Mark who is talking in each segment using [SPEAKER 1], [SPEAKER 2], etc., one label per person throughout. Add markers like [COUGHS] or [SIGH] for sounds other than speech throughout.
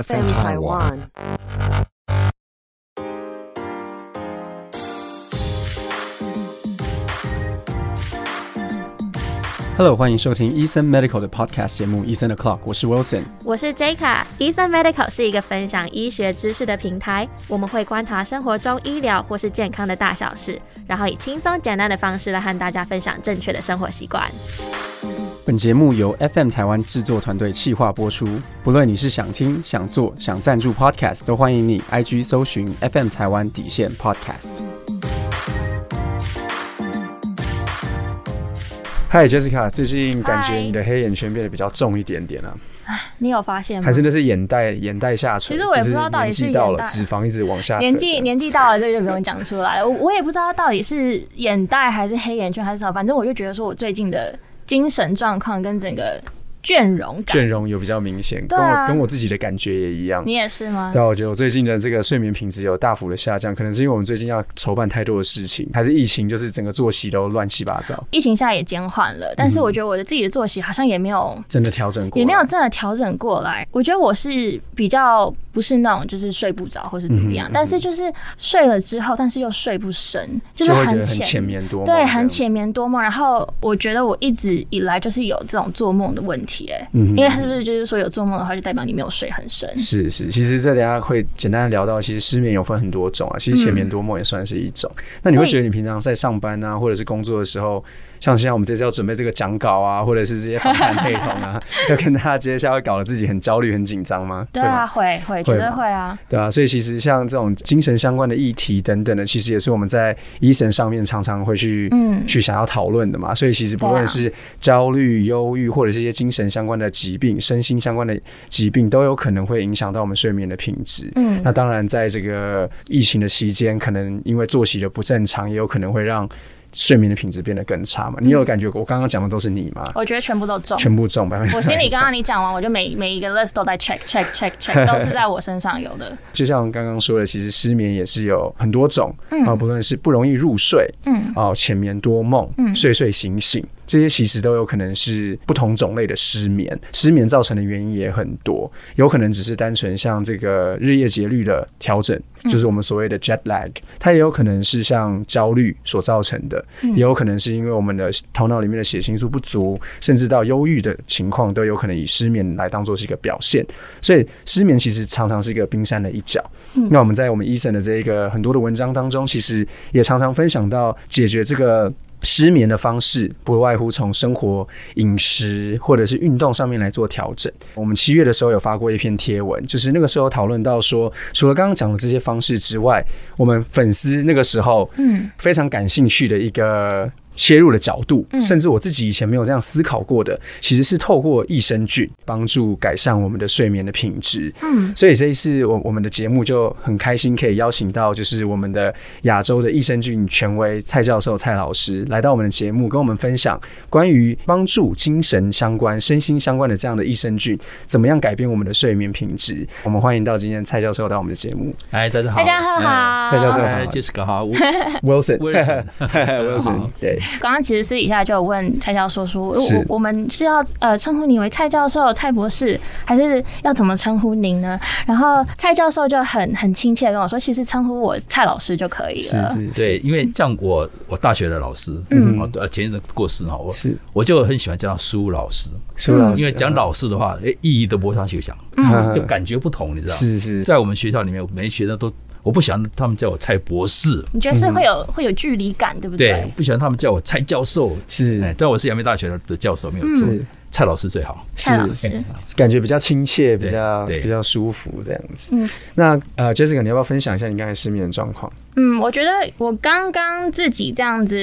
[SPEAKER 1] FM Taiwan.
[SPEAKER 2] ，Hello，欢迎收听医生 Medical 的 Podcast 节目《医生的 Clock》，我是 Wilson。
[SPEAKER 3] 我是 Jaka，医生 Medical 是一个分享医学知识的平台。我们会观察生活中医疗或是健康的大小事，然后以轻松简单的方式来和大家分享正确的生活习惯。
[SPEAKER 2] 本节目由 FM 台湾制作团队企划播出。不论你是想听、想做、想赞助 Podcast，都欢迎你 IG 搜寻 FM 台湾底线 Podcast。嗨，Jessica，最近感觉
[SPEAKER 3] 嗨
[SPEAKER 2] 你的黑眼圈变得比较重一点点了、
[SPEAKER 3] 你有发现吗
[SPEAKER 2] 还是那是眼袋眼袋下垂？
[SPEAKER 3] 其实我也不知道
[SPEAKER 2] 就是
[SPEAKER 3] 到底
[SPEAKER 2] 年纪
[SPEAKER 3] 是
[SPEAKER 2] 到
[SPEAKER 3] 眼
[SPEAKER 2] 了，
[SPEAKER 3] 袋
[SPEAKER 2] 脂肪一直往下垂
[SPEAKER 4] 年
[SPEAKER 2] 的。
[SPEAKER 4] 纪年纪到了，这就不用讲出来了。我我也不知道到底是眼袋还是黑眼圈还是什么，反正我就觉得说我最近的精神状况跟整个倦容感，
[SPEAKER 2] 倦容有比较明显，
[SPEAKER 4] 对
[SPEAKER 2] 跟我
[SPEAKER 4] 啊
[SPEAKER 2] 跟我自己的感觉也一样。
[SPEAKER 4] 你也是吗？
[SPEAKER 2] 对啊，我觉得我最近的这个睡眠品质有大幅的下降，可能是因为我们最近要筹办太多的事情，还是疫情，就是整个作息都乱七八糟，
[SPEAKER 4] 疫情下也减缓了，但是我觉得我的自己的作息好像也没有
[SPEAKER 2] 真的调嗯整过
[SPEAKER 4] 也没
[SPEAKER 2] 来。
[SPEAKER 4] 有真的调整过来。我觉得我是比较不是那种就是睡不着或是怎么样，
[SPEAKER 2] 嗯哼
[SPEAKER 4] 但是就是睡了之后，但是又睡不深，就是
[SPEAKER 2] 就会觉得很
[SPEAKER 4] 浅
[SPEAKER 2] 浅眠多梦这
[SPEAKER 4] 对，
[SPEAKER 2] 样子，
[SPEAKER 4] 很浅眠多梦。然后我觉得我一直以来就是有这种做梦的问题、哎、
[SPEAKER 2] 嗯哼
[SPEAKER 4] 因为是不是就是说有做梦的话，就代表你没有睡很深？
[SPEAKER 2] 是是，其实这等一下会简单地聊到，其实失眠有分很多种啊，其实浅眠多梦也算是一种。那你
[SPEAKER 4] 嗯
[SPEAKER 2] 会
[SPEAKER 4] 所以
[SPEAKER 2] 觉得你平常在上班啊，或者是工作的时候，像现在我们这次要准备这个讲稿啊，或者是这些访谈配同
[SPEAKER 4] [LAUGHS]
[SPEAKER 2] 啊，要跟大家接下来会搞得自己很焦虑、很紧张吗？
[SPEAKER 4] 对
[SPEAKER 2] 会吗
[SPEAKER 4] 啊，会会绝对会啊。
[SPEAKER 2] 对啊，所以其实像这种精神相关的议题等等的，其实也是我们在医生上面常常会去、
[SPEAKER 4] 嗯
[SPEAKER 2] 去想要讨论的嘛。所以其实不
[SPEAKER 4] 对啊
[SPEAKER 2] 论是焦虑、忧郁，或者是一些精神相关的疾病、身心相关的疾病，都有可能会影响到我们睡眠的品质。
[SPEAKER 4] 嗯
[SPEAKER 2] 那当然，在这个疫情的期间，可能因为作息的不正常，也有可能会让睡眠的品质变得更差嘛。你
[SPEAKER 4] 嗯
[SPEAKER 2] 有感觉我刚刚讲的都是你吗？
[SPEAKER 4] 我觉得全部都中。
[SPEAKER 2] 全部中百分之
[SPEAKER 4] 我
[SPEAKER 2] 百
[SPEAKER 4] 心里
[SPEAKER 2] 中
[SPEAKER 4] 刚刚你讲完，我就每每一个 list 都在 check check check
[SPEAKER 2] [LAUGHS]
[SPEAKER 4] check，都是在我身上有的。
[SPEAKER 2] 就像刚刚说的，其实失眠也是有很多种啊、
[SPEAKER 4] 嗯
[SPEAKER 2] 不论是不容易入睡，
[SPEAKER 4] 嗯，
[SPEAKER 2] 哦，浅眠多梦，
[SPEAKER 4] 嗯
[SPEAKER 2] 睡睡醒醒，这些其实都有可能是不同种类的失眠。失眠造成的原因也很多，有可能只是单纯像这个日夜节律的调整，
[SPEAKER 4] 嗯
[SPEAKER 2] 就是我们所谓的 jet lag，它也有可能是像焦虑所造成的，
[SPEAKER 4] 嗯
[SPEAKER 2] 也有可能是因为我们的头脑里面的血清素不足，甚至到忧郁的情况，都有可能以失眠来当做是一个表现。所以失眠其实常常是一个冰山的一角。那我们在我们医生的这一个很多的文章当中，其实也常常分享到解决这个。失眠的方式不外乎从生活、饮食或者是运动上面来做调整。我们七月的时候有发过一篇贴文，就是那个时候讨论到说，除了刚刚讲的这些方式之外，我们粉丝那个时候
[SPEAKER 4] 嗯
[SPEAKER 2] 非常感兴趣的一个切入的角度，
[SPEAKER 4] 嗯
[SPEAKER 2] 甚至我自己以前没有这样思考过的，其实是透过益生菌帮助改善我们的睡眠的品质。
[SPEAKER 4] 嗯，
[SPEAKER 2] 所以这一次我我们的节目就很开心，可以邀请到就是我们的亚洲的益生菌权威蔡教授、蔡老师来到我们的节目，跟我们分享关于帮助精神相关、身心相关的这样的益生菌，怎么样改变我们的睡眠品质。我们欢迎到今天蔡教授到我们的节目
[SPEAKER 5] 哎，大家好，
[SPEAKER 4] 大家好
[SPEAKER 5] 哎
[SPEAKER 2] 蔡教授
[SPEAKER 5] 哎
[SPEAKER 2] 好
[SPEAKER 5] ，Jessica
[SPEAKER 6] [LAUGHS]
[SPEAKER 5] 好，我
[SPEAKER 2] ，Wilson
[SPEAKER 5] Wilson
[SPEAKER 2] [LAUGHS] Wilson，
[SPEAKER 5] 好
[SPEAKER 2] 对，
[SPEAKER 4] 刚刚其实私底下就有问蔡教授说，我
[SPEAKER 2] 是
[SPEAKER 4] 我我们是要呃称呼你为蔡教授、蔡博士，还是要怎么称呼您呢？然后蔡教授就很很亲切的跟我说，其实称呼我蔡老师就可以
[SPEAKER 2] 是
[SPEAKER 4] 了。
[SPEAKER 2] 是，是， [LAUGHS]
[SPEAKER 5] 对，因为像我我大学的老师，
[SPEAKER 4] 嗯
[SPEAKER 5] 哦，对呃前一阵过世哈，我
[SPEAKER 2] 是
[SPEAKER 5] 我就很喜欢叫他苏老师，嗯
[SPEAKER 2] 苏老师，
[SPEAKER 5] 因为讲老师的话，哎，意义都波长就响，
[SPEAKER 2] 嗯
[SPEAKER 5] 就感觉不同，你知道？
[SPEAKER 2] 是是，
[SPEAKER 5] 在我们学校里面，每学生都我不喜欢他们叫我蔡博士，
[SPEAKER 4] 你觉得是
[SPEAKER 2] 嗯
[SPEAKER 4] 会有、会有距离感，对不
[SPEAKER 5] 对，不喜欢他们叫我蔡教授，
[SPEAKER 2] 是
[SPEAKER 5] 哎，但我是阳明大学的的教授，没有错
[SPEAKER 2] 是，
[SPEAKER 5] 蔡老师最好。
[SPEAKER 4] 蔡老
[SPEAKER 2] 是
[SPEAKER 4] 师，
[SPEAKER 2] 感觉比较亲切，比
[SPEAKER 5] 对
[SPEAKER 2] 较
[SPEAKER 5] 对
[SPEAKER 2] 比较舒服这样子。
[SPEAKER 4] 嗯，
[SPEAKER 2] 那呃，Jessica，你要不要分享一下你刚才失眠的状况？
[SPEAKER 4] 嗯，我觉得我刚刚自己这样子，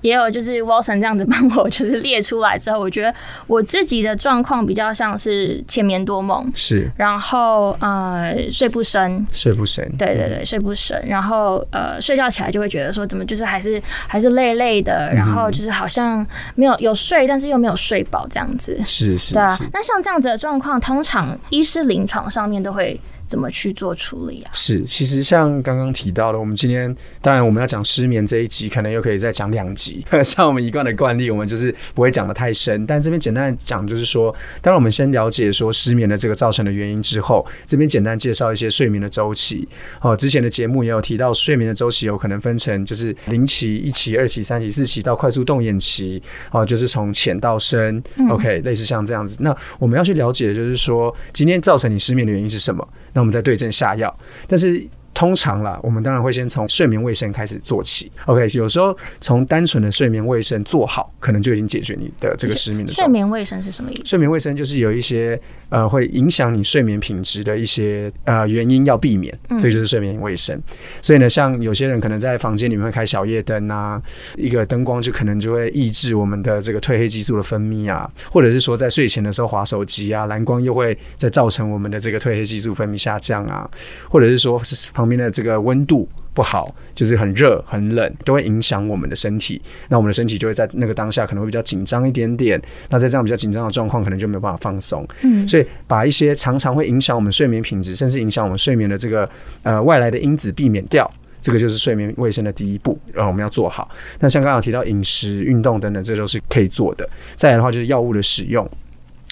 [SPEAKER 4] 也有就是 Wilson 这样子帮我就是列出来之后，我觉得我自己的状况比较像是前眠多梦，
[SPEAKER 2] 是
[SPEAKER 4] 然后呃睡不深。
[SPEAKER 2] 睡不深，
[SPEAKER 4] 对对
[SPEAKER 6] 嗯
[SPEAKER 4] 对，睡不深，然后呃，睡觉起来就会觉得说，怎么就是还是还是累累的，然后就是好像没有有睡，但是又没有睡饱这样子。
[SPEAKER 2] 是是
[SPEAKER 4] 对啊
[SPEAKER 2] 是，
[SPEAKER 4] 那像这样子的状况，通常医师临床上面都会怎么去做处理啊？
[SPEAKER 6] 是，其实像刚刚提到的，我们今天当然我们要讲失眠这一集，可能又可以再讲两集。 [LAUGHS] 像我们一贯的惯例，我们就是不会讲的太深，但这边简单地讲就是说，当然我们先了解说失眠的这个造成的原因之后，这边简单介绍一些睡眠的周期。哦，之前的节目也有提到，睡眠的周期有可能分成就是零期、一期、二期、三期、四期到快速动眼期，哦，就是从浅到深。OK，类似像这样子。那我们要去了解的就是说，今天造成你失眠的原因是什么？那我们再对症下药。但是通常啦，我们当然会先从睡眠卫生开始做起。OK，有时候从单纯的睡眠卫生做好，可能就已经解决你的这个失眠的
[SPEAKER 4] 睡
[SPEAKER 6] 状态。
[SPEAKER 4] 眠卫生是什么意思？
[SPEAKER 6] 睡眠卫生就是有一些呃会影响你睡眠品质的一些呃原因要避免，这就是睡眠卫生。所以呢，像有些人可能在房间里面会开小夜灯啊，一个灯光就可能就会抑制我们的这个褪黑激素的分泌啊，或者是说在睡前的时候划手机啊，蓝光又会再造成我们的这个褪黑激素分泌下降啊，或者是说是旁边的这个温度。不好，就是很热、很冷，都会影响我们的身体。那我们的身体就会在那个当下可能会比较紧张一点点。那在这样比较紧张的状况，可能就没有办法放松。嗯，所以把一些常常会影响我们睡眠品质，甚至影响我们睡眠的这个呃外来的因子避免掉。这个就是睡眠卫生的第一步，呃，我们要做好。那像刚刚有提到饮食、运动等等，这都是可以做的。再来的话就是药物的使用。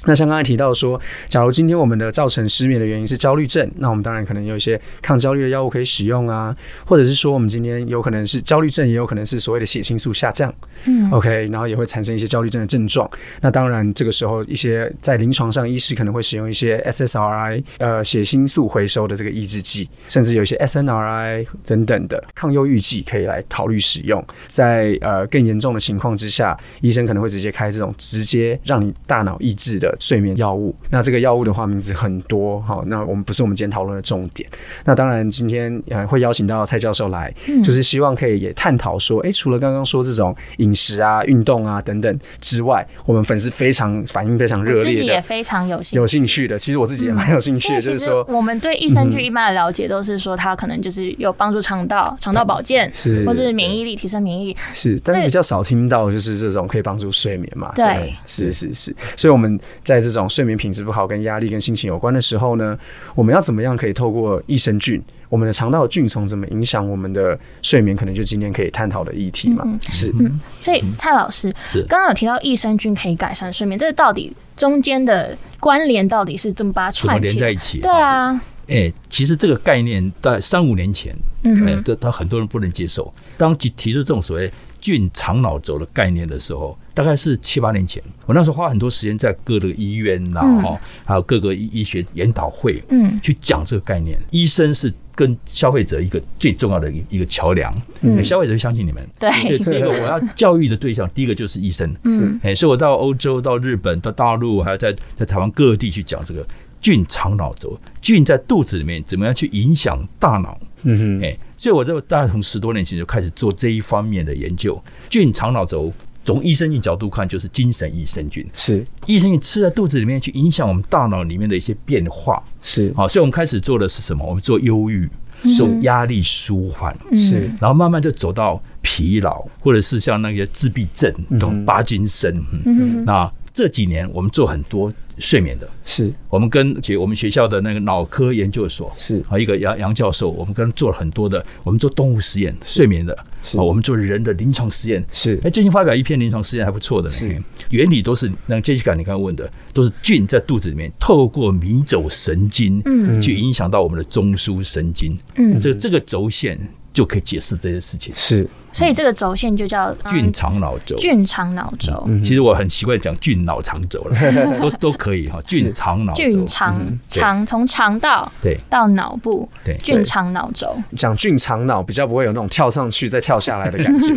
[SPEAKER 6] 那像刚才提到说，假如今天我们的造成失眠的原因是焦虑症，那我们当然可能有一些抗焦虑的药物可以使用啊，或者是说我们今天有可能是焦虑症，也有可能是所谓的血清素下降，嗯，OK，然后也会产生一些焦虑症的症状。那当然这个时候一些在临床上医师可能会使用一些 SSRI，呃，血清素回收的这个抑制剂，甚至有一些 SNRI 等等的抗忧郁剂可以来考虑使用。在呃更严重的情况之下，医生可能会直接开这种直接让你大脑抑制的睡眠药物。那这个药物的话，名字很多，好，那我们不是我们今天讨论的重点。那当然，今天呃会邀请到蔡教授来，
[SPEAKER 4] 嗯
[SPEAKER 6] 就是希望可以也探讨说，诶，除了刚刚说这种饮食啊、运动啊等等之外，我们粉丝非常反应非常热
[SPEAKER 4] 我自己
[SPEAKER 6] 烈
[SPEAKER 4] 也
[SPEAKER 6] 的。
[SPEAKER 4] 非常有兴趣。
[SPEAKER 6] 有兴趣的，其实我自己也蛮有兴趣
[SPEAKER 4] 因
[SPEAKER 6] 的，
[SPEAKER 4] 为
[SPEAKER 6] 就
[SPEAKER 4] 其
[SPEAKER 6] 是
[SPEAKER 4] 实
[SPEAKER 6] 说，
[SPEAKER 4] 我们对益生菌一般的了解都是说，它可能就是有帮助肠道、肠道保健，
[SPEAKER 6] 嗯是
[SPEAKER 4] 或是免疫力提升免疫力。
[SPEAKER 6] 是，但是
[SPEAKER 4] 这
[SPEAKER 6] 比较少听到就是这种可以帮助睡眠嘛。
[SPEAKER 4] 对
[SPEAKER 6] 不，是是是。所以我们在这种睡眠品质不好、跟压力、跟心情有关的时候呢，我们要怎么样可以透过益生菌，我们的肠道的菌丛怎么影响我们的睡眠，可能就今天可以探讨的议题嘛。是，
[SPEAKER 4] 所以蔡老师
[SPEAKER 5] 嗯是
[SPEAKER 4] 刚刚有提到益生菌可以改善睡眠，这个到底中间的关联到底是怎么把它
[SPEAKER 5] [LAUGHS] 怎么
[SPEAKER 4] 串
[SPEAKER 5] 连
[SPEAKER 4] 起
[SPEAKER 5] 在
[SPEAKER 4] 来？
[SPEAKER 5] 一起？
[SPEAKER 4] 对，啊，
[SPEAKER 5] 哎、其实这个概念在三五年前，
[SPEAKER 4] 嗯
[SPEAKER 5] 哎、
[SPEAKER 4] 哼，
[SPEAKER 5] 这他很多人不能接受。当提提出这种所谓菌肠脑轴的概念的时候，大概是七八年前，我那时候花很多时间在各个医院呐、
[SPEAKER 4] 嗯
[SPEAKER 5] 哈、还有各个医医学研讨会，
[SPEAKER 4] 嗯
[SPEAKER 5] 去讲这个概念。医生是跟消费者一个最重要的一一个桥梁，哎
[SPEAKER 4] 嗯
[SPEAKER 5] 消费者会相信你们。 [LAUGHS]
[SPEAKER 4] 对，
[SPEAKER 5] 第一个我要教育的对象，第一个就是医生。
[SPEAKER 4] 嗯
[SPEAKER 5] 哎，所以我到欧洲、到日本、到大陆，还有在在台湾各地去讲这个菌肠脑轴，菌在肚子里面怎么样去影响大脑。
[SPEAKER 6] 嗯哼，
[SPEAKER 5] 哎，所以我就大概从十多年前就开始做这一方面的研究。菌肠脑轴从益生菌角度看，就是精神益生菌，
[SPEAKER 6] 是
[SPEAKER 5] 益生菌吃在肚子里面去影响我们大脑里面的一些变化。
[SPEAKER 6] 是
[SPEAKER 5] 好，所以我们开始做的是什么？我们做忧郁，
[SPEAKER 4] 嗯
[SPEAKER 5] 做压力舒缓，
[SPEAKER 6] 是
[SPEAKER 5] 然后慢慢就走到疲劳，或者是像那个自闭症、
[SPEAKER 6] 嗯
[SPEAKER 5] 懂巴金森。嗯，那这几年我们做很多睡眠的，
[SPEAKER 6] 是
[SPEAKER 5] 我们跟其实我们学校的那个脑科研究所
[SPEAKER 6] 是
[SPEAKER 5] 啊，一个杨杨教授，我们跟他做了很多的，我们做动物实验睡眠的，
[SPEAKER 6] 是
[SPEAKER 5] 啊，我们做人的临床实验。
[SPEAKER 6] 是
[SPEAKER 5] 哎，最近发表一篇临床实验还不错的
[SPEAKER 6] 是
[SPEAKER 5] 呢，原理都是那个 Jessica 你刚刚问的，都是菌在肚子里面透过迷走神经，
[SPEAKER 4] 嗯
[SPEAKER 5] 去影响到我们的中枢神经，
[SPEAKER 4] 嗯
[SPEAKER 5] 这个这个轴线就可以解释这些事情。
[SPEAKER 6] 是
[SPEAKER 4] [LAUGHS] 所以这个轴线就叫
[SPEAKER 5] 菌
[SPEAKER 4] 嗯
[SPEAKER 5] 肠脑轴，嗯
[SPEAKER 4] 菌肠脑轴，
[SPEAKER 6] 嗯
[SPEAKER 5] 其实我很习惯讲菌脑肠轴
[SPEAKER 6] [LAUGHS]
[SPEAKER 5] 了，都都可以哈，菌肠脑轴嗯
[SPEAKER 4] 菌，肠
[SPEAKER 5] 对
[SPEAKER 4] 肠从肠道
[SPEAKER 5] 对
[SPEAKER 4] 到脑部，
[SPEAKER 5] 对
[SPEAKER 4] 菌肠脑轴。
[SPEAKER 6] 讲菌肠脑比较不会有那种跳上去再跳下来的感觉，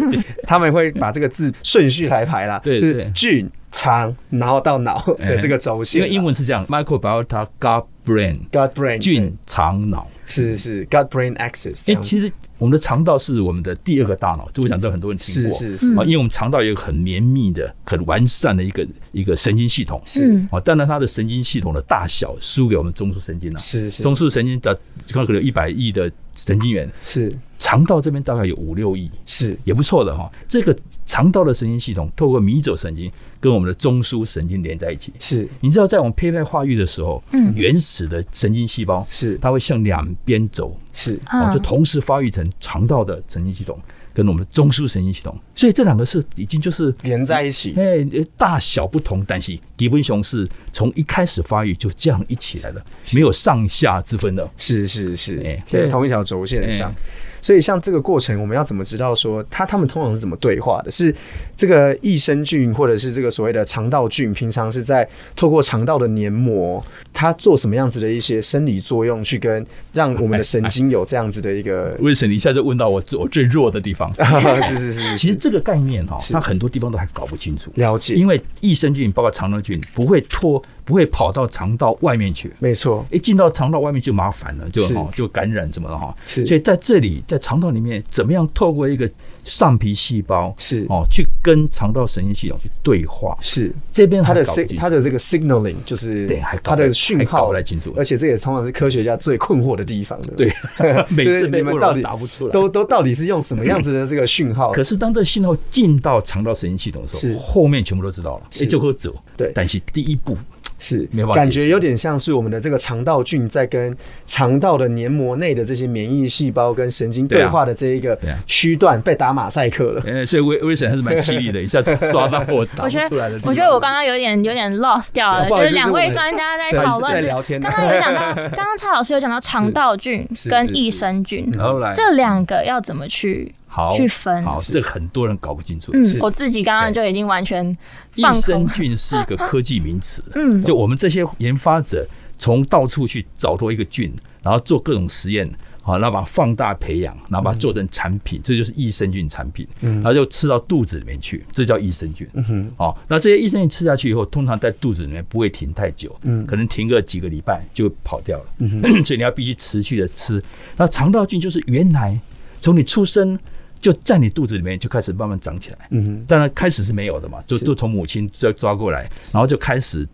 [SPEAKER 6] 他们会把这个字顺序来排啦，
[SPEAKER 5] 对
[SPEAKER 6] 就是
[SPEAKER 5] 对
[SPEAKER 6] 菌肠，然后到脑的这个轴线
[SPEAKER 5] 因
[SPEAKER 6] 啦，
[SPEAKER 5] 为英文是这样，microbiota gut brain。
[SPEAKER 6] gut brain 对
[SPEAKER 5] 菌肠脑，
[SPEAKER 6] 是是 gut brain axis，这
[SPEAKER 5] 哎、
[SPEAKER 6] 样子
[SPEAKER 5] 其实我们的肠道是我们的第二个大脑，这我想都很多人听
[SPEAKER 6] 是
[SPEAKER 5] 过。
[SPEAKER 6] 是
[SPEAKER 5] 啊，
[SPEAKER 6] 是
[SPEAKER 5] 因为我们肠道有一个很绵密的、很完善的一个一个神经系统，
[SPEAKER 6] 是
[SPEAKER 5] 啊，当然它的神经系统的大小输给我们中枢神经了、
[SPEAKER 6] 是是
[SPEAKER 5] 中枢神经的可能有一百亿的神经元，
[SPEAKER 6] 是
[SPEAKER 5] 肠道这边大概有五六亿，
[SPEAKER 6] 是
[SPEAKER 5] 也不错的哈。这个肠道的神经系统透过迷走神经跟我们的中枢神经连在一起。
[SPEAKER 6] 是
[SPEAKER 5] 你知道，在我们胚胎化育的时候，
[SPEAKER 4] 嗯
[SPEAKER 5] 原始的神经细胞
[SPEAKER 6] 是
[SPEAKER 5] 它会向两边走，
[SPEAKER 6] 是
[SPEAKER 5] 啊，
[SPEAKER 4] 嗯
[SPEAKER 5] 就同时发育成肠道的神经系统跟我们的中枢神经系统，所以这两个是已经就是
[SPEAKER 6] 连在一起，
[SPEAKER 5] 哎呃大小不同，但是吉本熊是从一开始发育就这样一起来的，没有上下之分的。
[SPEAKER 6] 是是是
[SPEAKER 5] 哎，
[SPEAKER 6] 在
[SPEAKER 5] 对
[SPEAKER 6] 同一条轴线上
[SPEAKER 5] 哎。
[SPEAKER 6] 所以像这个过程，我们要怎么知道说它他们通常是怎么对话的？是这个益生菌或者是这个所谓的肠道菌，平常是在透过肠道的黏膜，它做什么样子的一些生理作用，去跟让我们的神经有这样子的一
[SPEAKER 5] [LAUGHS]
[SPEAKER 6] 个，啊
[SPEAKER 5] 为什么一下就问到我最我最弱的地方？
[SPEAKER 6] 是是是，
[SPEAKER 5] 其实这个概念哈、
[SPEAKER 6] 是
[SPEAKER 5] 它很多地方都还搞不清楚，
[SPEAKER 6] 了解，
[SPEAKER 5] 因为益生菌包括肠道菌不会脱，不会跑到肠道外面去。
[SPEAKER 6] 没错，
[SPEAKER 5] 一进到肠道外面就麻烦了，就是哦就感染什么的哈。
[SPEAKER 6] 是
[SPEAKER 5] 所以在这里，在肠道里面，怎么样透过一个上皮细胞
[SPEAKER 6] 是
[SPEAKER 5] 哦，去跟肠道神经系统去对话，
[SPEAKER 6] 是。
[SPEAKER 5] 这边
[SPEAKER 6] 它的 sig-
[SPEAKER 5] sig
[SPEAKER 6] 它的这个 signaling 就是
[SPEAKER 5] 对还搞
[SPEAKER 6] 它
[SPEAKER 5] 不
[SPEAKER 6] 的
[SPEAKER 5] 太
[SPEAKER 6] 讯
[SPEAKER 5] 还搞
[SPEAKER 6] 号呃
[SPEAKER 5] 不太清楚
[SPEAKER 6] 而且这也通常是科学家最困惑的地方，对不
[SPEAKER 5] 对 [LAUGHS] 每
[SPEAKER 6] [LAUGHS] 就是
[SPEAKER 5] 次被
[SPEAKER 6] 你们
[SPEAKER 5] 问
[SPEAKER 6] 到
[SPEAKER 5] 我
[SPEAKER 6] 底
[SPEAKER 5] 答不出来。
[SPEAKER 6] 都都到底是用什么样子的这个讯号？
[SPEAKER 5] 可是当这信号进到肠道神经系统的时
[SPEAKER 6] 是
[SPEAKER 5] 候，后面全部都知道了，
[SPEAKER 6] 是
[SPEAKER 5] 哎，就会走。
[SPEAKER 6] 对
[SPEAKER 5] 但是第一步
[SPEAKER 6] 是
[SPEAKER 5] 没有办法
[SPEAKER 6] 感
[SPEAKER 5] 解
[SPEAKER 6] 觉
[SPEAKER 5] 释
[SPEAKER 6] 有点像是我们的这个肠道菌在跟肠道的黏膜内的这些免疫细胞跟神经
[SPEAKER 5] 对
[SPEAKER 6] 对
[SPEAKER 5] 啊
[SPEAKER 6] 话的这一个
[SPEAKER 5] 对啊
[SPEAKER 6] 区段被打马赛克了。
[SPEAKER 5] 呃，所以威威神还是蛮犀利的，一下抓到我
[SPEAKER 4] [LAUGHS] 我
[SPEAKER 5] 答不
[SPEAKER 4] 觉
[SPEAKER 5] 出
[SPEAKER 4] 得
[SPEAKER 5] 来的地，方。
[SPEAKER 4] 我觉得我刚刚有点有点 lost 掉了，
[SPEAKER 6] 不好
[SPEAKER 4] 就
[SPEAKER 6] 意思
[SPEAKER 4] 是两
[SPEAKER 6] 是我
[SPEAKER 4] 位
[SPEAKER 6] 们
[SPEAKER 4] 专家在
[SPEAKER 6] 对
[SPEAKER 4] 讨论
[SPEAKER 6] 在
[SPEAKER 4] 这
[SPEAKER 6] 聊天
[SPEAKER 5] 啊
[SPEAKER 4] 刚刚有讲
[SPEAKER 5] [LAUGHS]
[SPEAKER 4] 到，刚刚蔡老师有讲到肠道菌
[SPEAKER 6] 是是
[SPEAKER 4] 跟
[SPEAKER 6] 是
[SPEAKER 4] 益生菌，
[SPEAKER 5] 然后来
[SPEAKER 4] 这两个要怎么去
[SPEAKER 5] 好
[SPEAKER 4] 去分？
[SPEAKER 5] 好，这个很多人搞不清楚。
[SPEAKER 4] 嗯
[SPEAKER 6] 是，
[SPEAKER 4] 我自己刚刚就已经完全
[SPEAKER 5] 益
[SPEAKER 4] 放
[SPEAKER 5] 生
[SPEAKER 4] 空。
[SPEAKER 5] 菌是一个科技名词，
[SPEAKER 4] [LAUGHS] 嗯
[SPEAKER 5] 就我们这些研发者从到处去找到一个菌，然后做各种实验，好，然后把它放大培养，然后把它做成产
[SPEAKER 4] 嗯
[SPEAKER 5] 品，这就是益生菌产品，然后就吃到肚子里面去，这叫益生菌。
[SPEAKER 4] 嗯
[SPEAKER 6] 哼
[SPEAKER 5] 哦，那这些益生菌吃下去以后，通常在肚子里面不会停太久，
[SPEAKER 6] 嗯
[SPEAKER 5] 可能停个几个礼拜就跑掉了，
[SPEAKER 4] 嗯
[SPEAKER 5] [COUGHS] 所以你要必须持续的吃。那肠道菌就是原来从你出生就在你肚子里面就开始慢慢长起来。
[SPEAKER 6] 嗯哼，
[SPEAKER 5] 当然开始是没有的嘛，就是都从母亲抓抓过来，然后就开始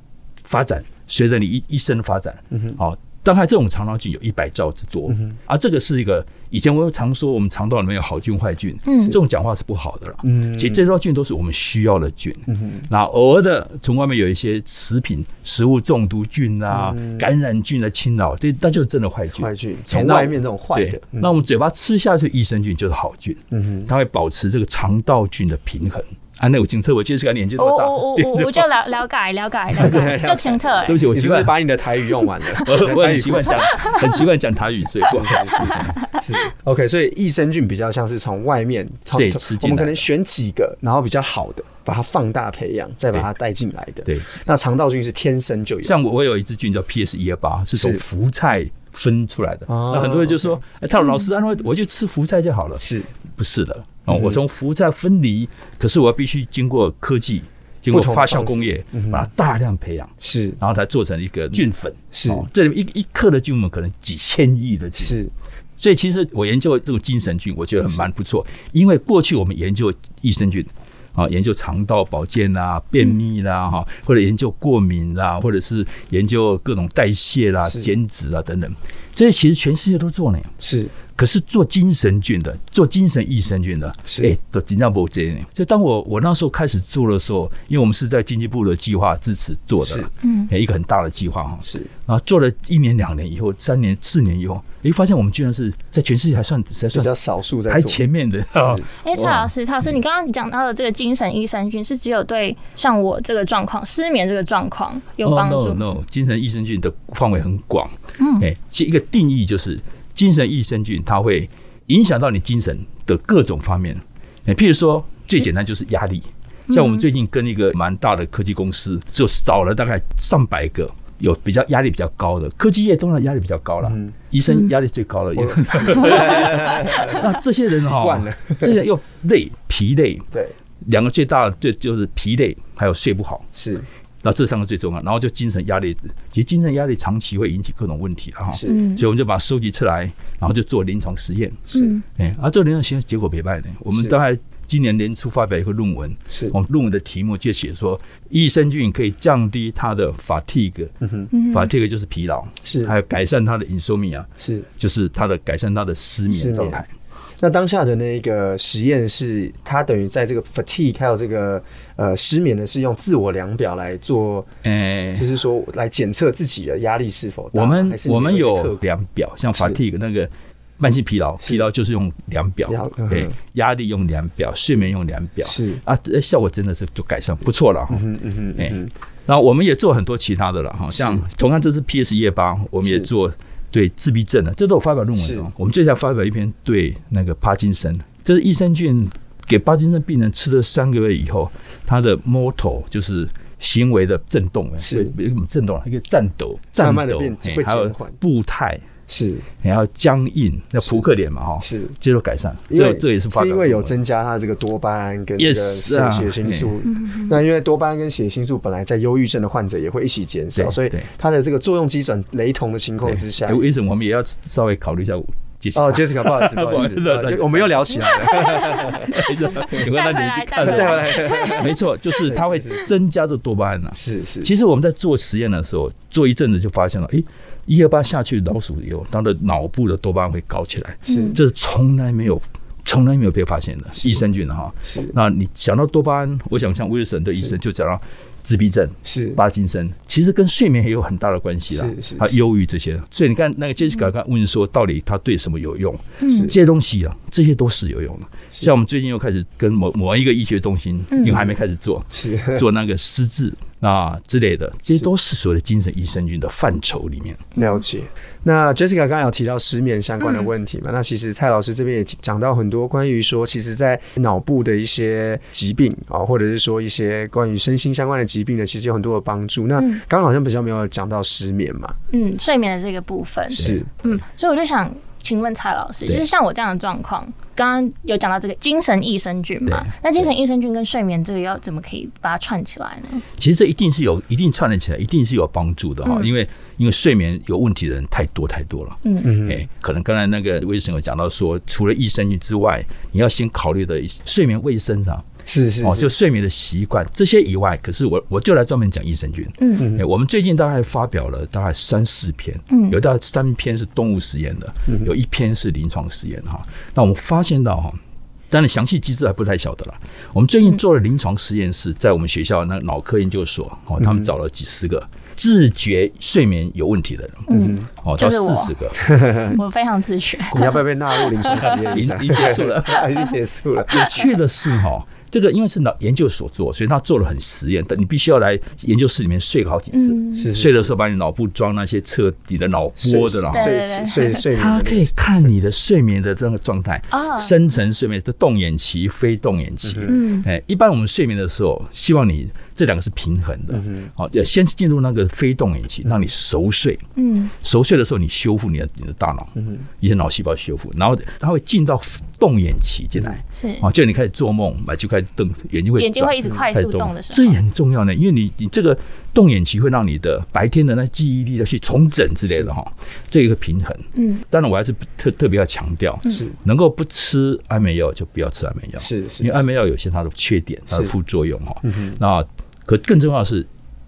[SPEAKER 5] 发展，随着你一一生的发展，
[SPEAKER 6] 嗯
[SPEAKER 5] 好、大概这种肠道菌有一百兆之多，啊，这个是一个以前我常说我们肠道里面有好菌坏菌，
[SPEAKER 4] 嗯
[SPEAKER 5] 这种讲话是不好的啦。
[SPEAKER 6] 嗯
[SPEAKER 5] 其实这些菌都是我们需要的菌，
[SPEAKER 6] 哼
[SPEAKER 5] 那偶尔的从外面有一些食品、食物中毒菌啊、
[SPEAKER 6] 嗯
[SPEAKER 5] 感染菌的侵扰，这那就是真的坏菌。
[SPEAKER 6] 坏菌
[SPEAKER 5] 从
[SPEAKER 6] 从外面这种坏的
[SPEAKER 5] 对，那我们嘴巴吃下去益生菌就是好菌，
[SPEAKER 6] 嗯
[SPEAKER 5] 它会保持这个肠道菌的平衡。啊，那我警测，我接触个年纪那
[SPEAKER 4] 我
[SPEAKER 5] 么大，
[SPEAKER 4] 我我我我就了了解了解了解，就清澈哎
[SPEAKER 5] 对不。起，我
[SPEAKER 6] 你
[SPEAKER 5] 习
[SPEAKER 6] 是不是
[SPEAKER 5] 惯，
[SPEAKER 6] 把你的台语用完了？
[SPEAKER 5] [LAUGHS] [LAUGHS] 我我
[SPEAKER 6] 台语
[SPEAKER 5] 很习惯
[SPEAKER 6] 不错
[SPEAKER 5] 讲， [LAUGHS] 很习惯讲台语，所以不好意
[SPEAKER 6] 是
[SPEAKER 5] 思。
[SPEAKER 6] OK，所以益生菌比较像是从外面，从
[SPEAKER 5] 对
[SPEAKER 6] 从
[SPEAKER 5] 吃进
[SPEAKER 6] 我
[SPEAKER 5] 来的
[SPEAKER 6] 们可能选几个，然后比较好的，把它放大培养，再把它带进来的。
[SPEAKER 5] [LAUGHS] 对，
[SPEAKER 6] 那肠道菌是天生就有，
[SPEAKER 5] 像我我有一支菌叫 PS 一二八，是从
[SPEAKER 6] 是
[SPEAKER 5] 福菜分出来的。
[SPEAKER 6] 哦
[SPEAKER 5] 那很多人就说，哎，他说老师，啊那我就吃福菜就好了。
[SPEAKER 6] 是
[SPEAKER 5] 不是的，哦，我从福菜分离，可是我要必须经过科技，经
[SPEAKER 6] 不
[SPEAKER 5] 过
[SPEAKER 6] 同的
[SPEAKER 5] 发酵
[SPEAKER 6] 方式
[SPEAKER 5] 工业，把它大量培养。
[SPEAKER 6] 是
[SPEAKER 5] 然后它做成一个嗯菌粉，哦
[SPEAKER 6] 是
[SPEAKER 5] 这里面一一克的菌母可能几千亿的菌，
[SPEAKER 6] 是
[SPEAKER 5] 所以其实我研究这种精神菌，我觉得很蛮不错，因为过去我们研究益生菌。啊，研究肠道保健啦、便秘啦，
[SPEAKER 6] 嗯
[SPEAKER 5] 哈，或者研究过敏啦，或者是研究各种代谢啦、
[SPEAKER 6] 是
[SPEAKER 5] 减脂啊等等，这些其实全世界都做呢。
[SPEAKER 6] 是
[SPEAKER 5] 可是做精神菌的，做精神益生菌的，
[SPEAKER 6] 是
[SPEAKER 5] 哎，都紧张不这呢。就当我我那时候开始做的时候，因为我们是在经济部的计划支持做的
[SPEAKER 6] 是
[SPEAKER 5] 啦，嗯，一个很大的计划哈，
[SPEAKER 6] 是
[SPEAKER 5] 啊，做了一年、两年以后，三年、四年以后，诶，发现我们居然是在全世界还算
[SPEAKER 6] 比
[SPEAKER 5] 还
[SPEAKER 6] 较
[SPEAKER 5] 算
[SPEAKER 6] 少数在
[SPEAKER 5] 排
[SPEAKER 6] 做
[SPEAKER 5] 前面的。
[SPEAKER 4] 哎，蔡老师，蔡老师，你刚刚讲到的这个精神益生菌，是只有对像我这个状况失眠这个状况有帮助
[SPEAKER 5] n o no，精神益生菌的范围很广。嗯，哎，其实一个定义就是精神益生菌，它会影响到你精神的各种方面。哎，譬如说最简单就是压力，像我
[SPEAKER 4] 嗯
[SPEAKER 5] 们最近跟一个蛮大的科技公司，就找了大概上百个。有比较压力比较高的科技业，当然压力比较高了。
[SPEAKER 6] 嗯
[SPEAKER 5] 医生压力最高了，也 [LAUGHS] 那这些人
[SPEAKER 6] 习
[SPEAKER 5] 哈
[SPEAKER 6] 惯了，
[SPEAKER 5] 这些人又累、疲累，
[SPEAKER 6] 对
[SPEAKER 5] 两个最大的最就是疲累，还有睡不好。
[SPEAKER 6] 是
[SPEAKER 5] 那这三个最重要，然后就精神压力，其实精神压力长期会引起各种问题了哈。
[SPEAKER 6] 是
[SPEAKER 5] 所以我们就把它收集出来，然后就做临床实验。
[SPEAKER 6] 是
[SPEAKER 5] 哎，啊，这个临床实验结果别败的，我们大概今年年初发表一个论文，
[SPEAKER 6] 是
[SPEAKER 5] 我们论文的题目就写说，益生菌可以降低他的 fatigue，fatigue 就是疲劳，
[SPEAKER 6] 嗯是
[SPEAKER 5] 还有改善他的 insomnia，
[SPEAKER 6] 是。
[SPEAKER 5] 就是他的改善他的失
[SPEAKER 6] 失
[SPEAKER 5] 眠
[SPEAKER 6] 眠
[SPEAKER 5] 状态。
[SPEAKER 6] 那当下的那个实验是，它等于在这个 fatigue 还有这个呃失眠呢，是用自我量表来做，
[SPEAKER 5] 哎诶
[SPEAKER 6] 就是说来检测自己的压力是否大
[SPEAKER 5] 我们
[SPEAKER 6] 啊还是你
[SPEAKER 5] 我们
[SPEAKER 6] 一些客
[SPEAKER 5] 有
[SPEAKER 6] 观
[SPEAKER 5] 量表，像 fatigue 那个慢性疲劳，
[SPEAKER 6] 是
[SPEAKER 5] 疲劳就是用量表
[SPEAKER 6] 了，
[SPEAKER 5] 对
[SPEAKER 6] 嗯，
[SPEAKER 5] 压力用量表，睡眠用量表，
[SPEAKER 6] 是，
[SPEAKER 5] 啊，这效果真的是就改善不错了哈。
[SPEAKER 6] 嗯嗯嗯
[SPEAKER 5] 哎
[SPEAKER 6] 嗯，
[SPEAKER 5] 然后我们也做很多其他的了哈，像同样这次 PS E 夜八，我们也
[SPEAKER 6] 是
[SPEAKER 5] 做对自闭症的，这都有发表论文
[SPEAKER 6] 是
[SPEAKER 5] 的哦。我们最近还发表一篇对那个帕金森，这是益生菌给帕金森病人吃了三个月以后，他的 motor 就是。行为的震动，
[SPEAKER 6] 是
[SPEAKER 5] 一个震动，啊一个颤抖，
[SPEAKER 6] 慢
[SPEAKER 5] 颤
[SPEAKER 6] 慢地
[SPEAKER 5] 抖
[SPEAKER 6] 变，
[SPEAKER 5] 嘿
[SPEAKER 6] 会
[SPEAKER 5] 哎还有
[SPEAKER 6] 减缓
[SPEAKER 5] 步态，
[SPEAKER 6] 是
[SPEAKER 5] 然后僵硬，那扑克脸嘛哈，
[SPEAKER 6] 是，
[SPEAKER 5] 这都改善，
[SPEAKER 6] 因
[SPEAKER 5] 这
[SPEAKER 6] 为
[SPEAKER 5] 这也是发
[SPEAKER 6] 是
[SPEAKER 5] 表
[SPEAKER 6] 因为有
[SPEAKER 5] 论文
[SPEAKER 6] 增加它这个多巴胺跟这个
[SPEAKER 5] Yes，啊
[SPEAKER 6] 血清素。那因为多巴胺跟血清素本来在忧郁症的患者也会一起减少，
[SPEAKER 5] 对
[SPEAKER 6] 所以
[SPEAKER 5] 对
[SPEAKER 6] 它的这个作用机转雷同的情况
[SPEAKER 5] 对
[SPEAKER 6] 之下
[SPEAKER 5] 哎，为什么我们也要稍微考虑一下杰西卡？
[SPEAKER 6] 哦，Jessica，不好意
[SPEAKER 5] [LAUGHS]
[SPEAKER 6] 思，不好意
[SPEAKER 5] 不好意思
[SPEAKER 6] 思，我们又聊起来了， [LAUGHS]
[SPEAKER 5] 有关他年纪
[SPEAKER 4] 带
[SPEAKER 5] 看 [LAUGHS]
[SPEAKER 4] 回
[SPEAKER 6] 对
[SPEAKER 4] 来
[SPEAKER 5] 的，
[SPEAKER 6] 回来，
[SPEAKER 5] 没错，就是它会增加这多巴胺啊。
[SPEAKER 6] 是是，
[SPEAKER 5] 其实我们在做实验的时候，做一阵子就发现了，诶，一二八下去老鼠以后，它的脑部的多巴胺会高起来，
[SPEAKER 6] 是
[SPEAKER 5] 这是从来没有。从来没有被发现的益生菌的啊哈，
[SPEAKER 6] 是
[SPEAKER 5] 那你想到多巴胺，我想像威尔森的医生就讲到自闭症、
[SPEAKER 6] 是
[SPEAKER 5] 帕金森，其实跟睡眠也有很大的关系啦
[SPEAKER 6] 是是，
[SPEAKER 5] 还有忧郁这些。所以你看那个杰西卡刚问说，到底它对什么有用？
[SPEAKER 6] 是
[SPEAKER 5] 这些东西啊，这些都是有用的。像我们最近又开始跟某某一个医学中心，因为还没开始做，
[SPEAKER 6] 是 [LAUGHS]
[SPEAKER 5] 做那个失智啊之类的，这些都是所谓的精神益生菌的范畴里面。
[SPEAKER 6] 了解。那 Jessica 刚刚有提到失眠相
[SPEAKER 4] 嗯
[SPEAKER 6] 关的问题嘛？那其实蔡老师这边也提讲到很多关于说，其实，在脑部的一些疾病啊、或者是说一些关于身心相关的疾病呢，其实有很多的帮助。那
[SPEAKER 4] 嗯
[SPEAKER 6] 刚刚好像比较没有讲到失眠嘛？
[SPEAKER 4] 嗯，睡眠的这个部分，
[SPEAKER 6] 是
[SPEAKER 4] 嗯，所以我就想请问蔡老师，
[SPEAKER 5] 对
[SPEAKER 4] 就是像我这样的状况，刚刚有讲到这个精神益生菌嘛
[SPEAKER 5] 对？
[SPEAKER 4] 那精神益生菌跟睡眠这个要怎么可以把它串起来呢？
[SPEAKER 5] 其实这一定是有，一定串联起来，一定是有帮助的哈、
[SPEAKER 4] 嗯
[SPEAKER 5] 因为因为睡眠有问题的人太多太多了。
[SPEAKER 6] 嗯
[SPEAKER 5] 哎、可能刚才那个卫生有讲到说，除了益生菌之外，你要先考虑的睡眠卫生啊，
[SPEAKER 6] 是是
[SPEAKER 5] 哦，
[SPEAKER 6] 是
[SPEAKER 5] 就睡眠的习惯这些以外，可是我我就来专门讲益生菌。
[SPEAKER 4] 嗯
[SPEAKER 5] 哎，我们最近大概发表了大概三四篇，
[SPEAKER 4] 嗯
[SPEAKER 5] 有大概三篇是动物实验的，
[SPEAKER 6] 嗯
[SPEAKER 5] 有一篇是临床实验哈。那我们发现到哈。当然，详细机制还不太晓得了。我们
[SPEAKER 4] 嗯
[SPEAKER 5] 最近做了临床实验室，在我们学校那个脑科研究所哦，
[SPEAKER 6] 嗯
[SPEAKER 5] 他们找了几十个自觉睡眠有问题的人
[SPEAKER 4] 嗯，
[SPEAKER 5] 哦，
[SPEAKER 4] 就
[SPEAKER 5] 到
[SPEAKER 4] 是我
[SPEAKER 5] 四十
[SPEAKER 6] [LAUGHS]
[SPEAKER 5] 个，
[SPEAKER 4] 我非常自学。
[SPEAKER 6] 你要不要被纳入临床实验一
[SPEAKER 4] [LAUGHS]
[SPEAKER 5] 已
[SPEAKER 6] 下？
[SPEAKER 5] 已结束了。
[SPEAKER 6] [LAUGHS] 已经结束了。
[SPEAKER 5] 有趣的是哈，这个因为是脑研究所做，所以他做了很实验，但你必须要来研究室里面睡个好几次。
[SPEAKER 4] 嗯，
[SPEAKER 6] 是
[SPEAKER 5] 睡的时候把你脑部装那些测你的脑波的啦，
[SPEAKER 6] 睡
[SPEAKER 4] 对对
[SPEAKER 6] 睡睡眠
[SPEAKER 5] 它
[SPEAKER 6] 的
[SPEAKER 5] 可以看你的睡眠的那个状态
[SPEAKER 4] 啊，
[SPEAKER 5] 深层睡眠的动眼期、非动眼期。
[SPEAKER 4] 嗯
[SPEAKER 5] 哎，一般我们睡眠的时候，希望你这两个是平衡
[SPEAKER 6] 嗯
[SPEAKER 5] 的。好，要先进入那个非动眼期，让你熟睡。
[SPEAKER 4] 嗯
[SPEAKER 5] 熟睡的时候，你修复你的你的大脑，
[SPEAKER 6] 嗯
[SPEAKER 5] 一些脑细胞修复，然后它会进到动眼期进来。
[SPEAKER 4] 是
[SPEAKER 5] 啊，就你开始做梦嘛，就开始瞪眼睛会
[SPEAKER 4] 眼睛
[SPEAKER 5] 转
[SPEAKER 4] 会一直快
[SPEAKER 5] 开始
[SPEAKER 4] 速动的时候
[SPEAKER 5] 这也很重要呢，因为你你这个动眼期会让你的白天的那记忆力要去重整之类的哈，这一个平衡。
[SPEAKER 4] 嗯，
[SPEAKER 5] 当然我还是特特别要强调，
[SPEAKER 6] 是
[SPEAKER 5] 能够不吃安眠药就不要吃安眠药，
[SPEAKER 6] 是是
[SPEAKER 5] 因为安眠药有些它的缺点，它的
[SPEAKER 6] 是
[SPEAKER 5] 副作用哈。那可更重要的是，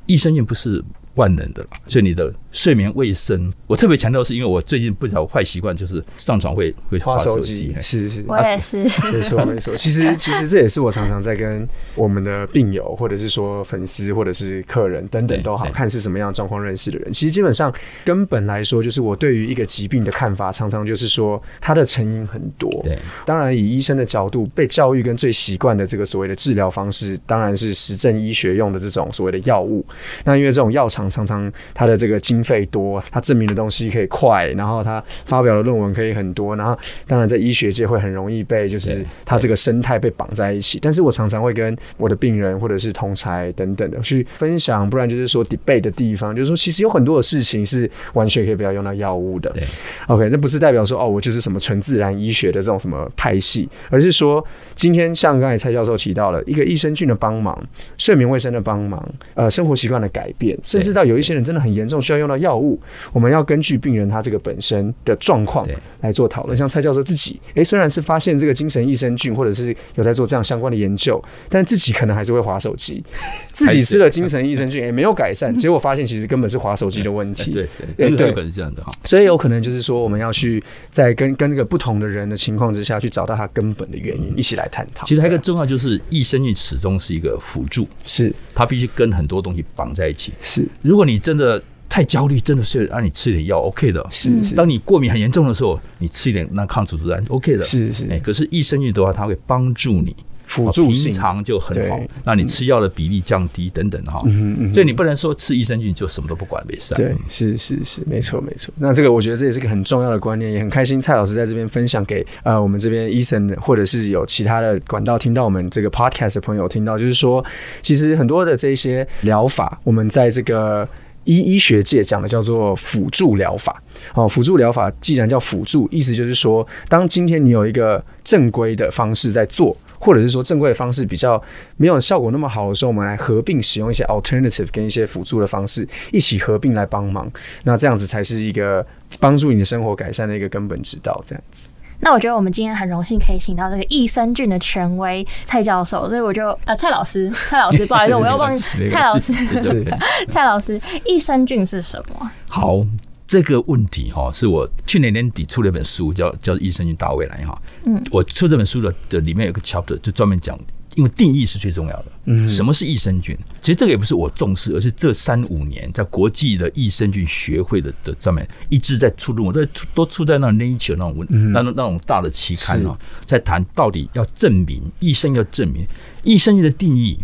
[SPEAKER 5] 益生菌不是。万能的了，所以你的睡眠卫生，我特别强调，是因为我最近不少坏习惯，就是上床会会
[SPEAKER 6] 花
[SPEAKER 5] 划
[SPEAKER 6] 手
[SPEAKER 5] 手
[SPEAKER 6] 机
[SPEAKER 5] 机，
[SPEAKER 6] 是是。
[SPEAKER 4] 我也是。
[SPEAKER 6] 没错，没错。其实，其实这也是我常常在跟我们的病友，或者是说粉丝，或者是客人等等
[SPEAKER 5] 对
[SPEAKER 6] 都好
[SPEAKER 5] 对
[SPEAKER 6] 看是什么样的状况认识的人。其实基本上根本来说，就是我对于一个疾病的看法，常常就是说它的成因很多。
[SPEAKER 5] 对，
[SPEAKER 6] 当然以医生的角度，被教育跟最习惯的这个所谓的治疗方式，当然是实证医学用的这种所谓的药物。那因为这种药厂常常它的这个经费多，它证明的东西可以快，然后它发表的论文可以很多，然后当然在医学界会很容易被就是
[SPEAKER 5] 对
[SPEAKER 6] 它这个生态被绑在一起。但是我常常会跟我的病人或者是同才等等的去分享，不然就是说 debate 的地方，就是说其实有很多的事情是完全可以不要用到药物的。
[SPEAKER 5] 对
[SPEAKER 6] OK，那不是代表说哦，我就是什么纯自然医学的这种什么派系，而是说今天像刚才蔡教授提到了一个益生菌的帮忙、睡眠卫生的帮忙、呃生活习惯的改变，甚至至到有一些人真的很严重，需要用到药物，我们要根据病人他这个本身的状况
[SPEAKER 5] 对
[SPEAKER 6] 来做讨论。像蔡教授自己，诶，虽然是发现这个精神益生菌，或者是有在做这样相关的研究，但自己可能还是会划手机，自己吃了精神益生菌，也没有改
[SPEAKER 5] [LAUGHS]
[SPEAKER 6] 善，结果发现其实根本是划手机的问题。
[SPEAKER 5] 对
[SPEAKER 6] 对
[SPEAKER 5] 哎对，很
[SPEAKER 6] 对
[SPEAKER 5] 有可能是这样的哈。
[SPEAKER 6] 所以有可能就是说，我们要去在跟跟这个不同的人的情况之下，去找到他根本的原因，一起来探讨。
[SPEAKER 5] 嗯其实还有一个重要就是益生菌始终是一个辅助，
[SPEAKER 6] 是
[SPEAKER 5] 它必须跟很多东西绑在一起。
[SPEAKER 6] 是
[SPEAKER 5] 如果你真的太焦虑，真的是让你吃点药 OK 的。
[SPEAKER 6] 是是
[SPEAKER 5] 当你过敏很严重的时候，你吃一点那抗组织胺 OK 的。
[SPEAKER 6] 是是
[SPEAKER 5] 哎，可是益生菌的话，它会帮助你。
[SPEAKER 6] 辅助
[SPEAKER 5] 平
[SPEAKER 6] 性，
[SPEAKER 5] 常就很好
[SPEAKER 6] 对，
[SPEAKER 5] 那你吃药的比例降低等等哈
[SPEAKER 6] 嗯哼嗯哼，
[SPEAKER 5] 所以你不能说吃益生菌就什么都不管，没事。啊
[SPEAKER 6] 对，是是是，没错没错。那这个我觉得这也是个很重要的观念，也很开心蔡老师在这边分享给呃我们这边医生或者是有其他的管道听到我们这个 podcast 的朋友听到，就是说其实很多的这些疗法，我们在这个。医医学界讲的叫做辅助疗法，哦，辅助疗法既然叫辅助，意思就是说，当今天你有一个正规的方式在做，或者是说正规的方式比较没有效果那么好的时候，我们来合并使用一些 alternative 跟一些辅助的方式一起合并来帮忙，那这样子才是一个帮助你的生活改善的一个根本之道。这样子，
[SPEAKER 4] 那我觉得我们今天很荣幸可以请到这个益生菌的权威蔡教授，所以我就呃蔡老师，蔡老师，不好意思，我要忘记蔡老师， [LAUGHS]
[SPEAKER 5] 对
[SPEAKER 4] 蔡老师，益生菌是什么？
[SPEAKER 5] 好，这个问题哈、是我去年年底出了一本书，叫叫《益生菌大未来》哈。嗯，我出这本书的的里面有一个 chapter 就专门讲，因为定义是最重要的。嗯，什么是益生菌？其实这个也不是我重视，而是这三五年在国际的益生菌学会的的上面一直在出论文，都在出都出在那种 Nature 那种文、那种那种大的期刊哦，在谈到底要证明益生要证明益生菌的定义。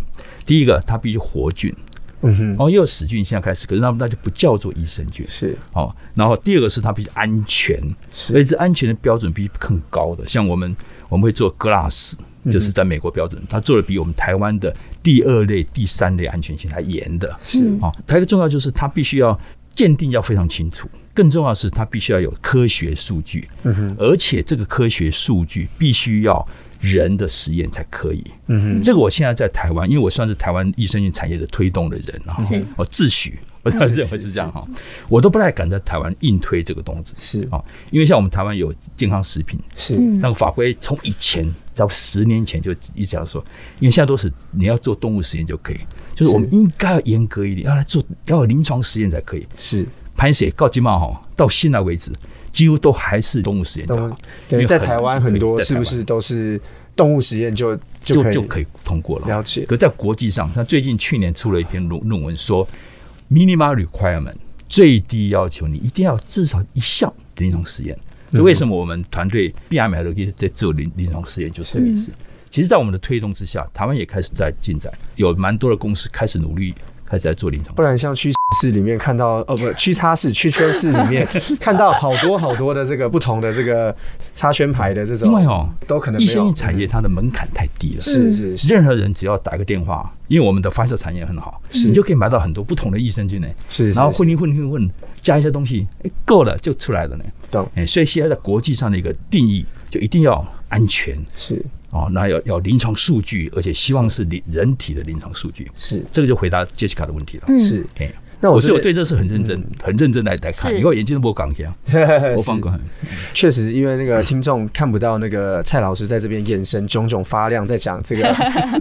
[SPEAKER 5] 第一个，它必须活菌，
[SPEAKER 6] 嗯哼，
[SPEAKER 5] 哦，又有死菌现在开始，可是那那就不叫做益生菌。
[SPEAKER 6] 是
[SPEAKER 5] 哦，然后第二个是它必须安全，
[SPEAKER 6] 是
[SPEAKER 5] 所以这安全的标准必须更高的。像我们我们会做 glass，就是
[SPEAKER 6] 嗯
[SPEAKER 5] 在美国标准，它做的比我们台湾的第二类、第三类安全性还严的。
[SPEAKER 6] 是
[SPEAKER 5] 哦，还有一个重要就是它必须要鉴定要非常清楚，更重要的是它必须要有科学数据，
[SPEAKER 6] 嗯哼，
[SPEAKER 5] 而且这个科学数据必须要人的实验才可以。
[SPEAKER 6] 嗯哼，
[SPEAKER 5] 这个我现在在台湾，因为我算是台湾益生菌产业的推动的人哈
[SPEAKER 4] 是，
[SPEAKER 5] 我自诩，我认为是这样哈，我都不太敢在台湾硬推这个东西
[SPEAKER 6] 是
[SPEAKER 5] 啊，因为像我们台湾有健康食品，
[SPEAKER 6] 是
[SPEAKER 5] 那个法规从以前到十年前就一直这样说，因为现在都是你要做动物实验就可以，就是我们应该要严格一点，要来做要有临床实验才可以。
[SPEAKER 6] 是，
[SPEAKER 5] 潘雪告金茂哈，到现在为止几乎都还是动物实验就好，
[SPEAKER 6] 对，啊
[SPEAKER 5] 因为
[SPEAKER 6] 在
[SPEAKER 5] 很
[SPEAKER 6] 台湾很多
[SPEAKER 5] 对
[SPEAKER 6] 是
[SPEAKER 5] 在台
[SPEAKER 6] 不
[SPEAKER 5] 湾
[SPEAKER 6] 是都是动物实验就就
[SPEAKER 5] 就
[SPEAKER 6] 可以
[SPEAKER 5] 就可以通过了。
[SPEAKER 6] 了解？
[SPEAKER 5] 可在国际上，他最近去年出了一篇论论文说，minimal requirement 最低要求你一定要至少一项临床实验。
[SPEAKER 6] 嗯
[SPEAKER 5] 所以为什么我们团队 BML 一直在做临临床实验，就
[SPEAKER 6] 嗯
[SPEAKER 5] 是这个意思。其实，在我们的推动之下，台湾也开始在进展，有蛮多的公司开始努力，开始在做临床
[SPEAKER 6] 不
[SPEAKER 5] 实验。
[SPEAKER 6] 然像去市里面看到，哦不，去叉市、去圈市里
[SPEAKER 5] [LAUGHS]
[SPEAKER 6] 面看到好多好多的这个不同的这个插圈牌的这种，
[SPEAKER 5] 因为哦，
[SPEAKER 6] 都可能没
[SPEAKER 5] 益
[SPEAKER 6] 有嗯
[SPEAKER 5] 生菌产业嗯它的门槛太低了，
[SPEAKER 6] 是是是
[SPEAKER 5] 任何人只要打个电话，因为我们的发酵产业很好，你就可以买到很多不同的益生菌呢。
[SPEAKER 6] 是是
[SPEAKER 5] 然后
[SPEAKER 6] 是
[SPEAKER 5] 混一混混混，加一些东西，哎，够了就出来了呢。
[SPEAKER 6] 懂
[SPEAKER 5] 哎，所以现在在国际上的一个定义，就一定要安全
[SPEAKER 6] 是
[SPEAKER 5] 哦，那要要临床数据，而且希望是临人体的临床数据。
[SPEAKER 6] 是
[SPEAKER 5] 这个就回答 Jessica 的问题了。
[SPEAKER 6] 是。嗯
[SPEAKER 5] 哎，
[SPEAKER 6] 那
[SPEAKER 5] 我
[SPEAKER 6] 我
[SPEAKER 5] 是
[SPEAKER 6] 这
[SPEAKER 5] 我
[SPEAKER 6] 边
[SPEAKER 5] 对这是很认真、很认真来来看，
[SPEAKER 4] 是
[SPEAKER 5] 因为眼睛都不敢讲，啊
[SPEAKER 6] [LAUGHS]
[SPEAKER 5] 我放过。
[SPEAKER 6] 确实，因为那个听众看不到那个蔡老师在这边眼神炯炯发亮，在讲
[SPEAKER 5] [LAUGHS]
[SPEAKER 6] 这个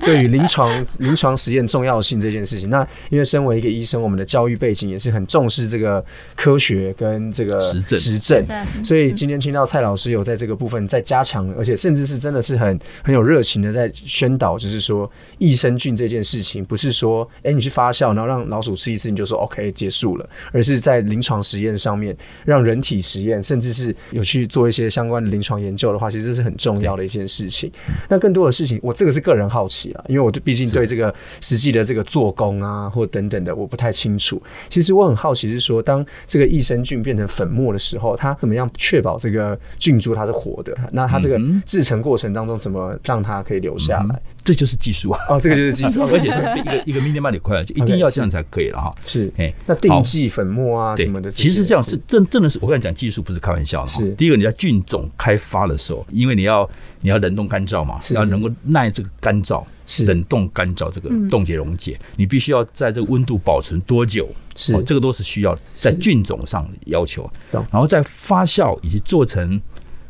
[SPEAKER 6] 对于临床临床实验重要性这件事情。那因为身为一个医生，我们的教育背景也是很重视这个科学跟这个
[SPEAKER 5] 实证
[SPEAKER 6] 实证
[SPEAKER 4] 实证
[SPEAKER 6] 所以今天听到蔡老师有在这个部分在加强，而且甚至是真的是很很有热情的在宣导，就是说益生菌这件事情，不是说哎、诶你去发酵，然后让老鼠吃一次你就说 OK 结束了，而是在临床实验上面，让人体实验，甚至是有去做一些相关的临床研究的话，其实这是很重要的一件事情。那更多的事情，我这个是个人好奇啦，因为我对毕竟对这个实际的这个做工啊，或等等的，我不太清楚。其实我很好奇是说，当这个益生菌变成粉末的时候，它怎么样确保
[SPEAKER 5] 嗯
[SPEAKER 6] 这个菌株它是活的？那它这个制成过程当中，怎么让它可以留下来？
[SPEAKER 5] 这就是技术啊，
[SPEAKER 6] 哦，这个就是技
[SPEAKER 5] [LAUGHS]
[SPEAKER 6] 术，
[SPEAKER 5] 而且它是被一个一个 minimum require，就一定
[SPEAKER 6] OK，
[SPEAKER 5] 要
[SPEAKER 6] 是
[SPEAKER 5] 这样才可以了哈。
[SPEAKER 6] 是
[SPEAKER 5] 哎，
[SPEAKER 6] 那定
[SPEAKER 5] 好
[SPEAKER 6] 剂粉末啊
[SPEAKER 5] 对
[SPEAKER 6] 什么的，
[SPEAKER 5] 其实这样是
[SPEAKER 6] 是
[SPEAKER 5] 真真的是我跟你讲，技术不是开玩笑的哈。
[SPEAKER 6] 是
[SPEAKER 5] 第一个，你在菌种开发的时候，因为你要你要冷冻干燥嘛，
[SPEAKER 6] 是
[SPEAKER 5] 要能够耐这个干燥，
[SPEAKER 6] 是
[SPEAKER 5] 冷冻干燥这个冻结溶解，你必须要在这个温度保存多久？
[SPEAKER 6] 是
[SPEAKER 5] 哦这个都是需要在菌种上的要求，
[SPEAKER 6] 懂
[SPEAKER 5] 然后在发酵以及做成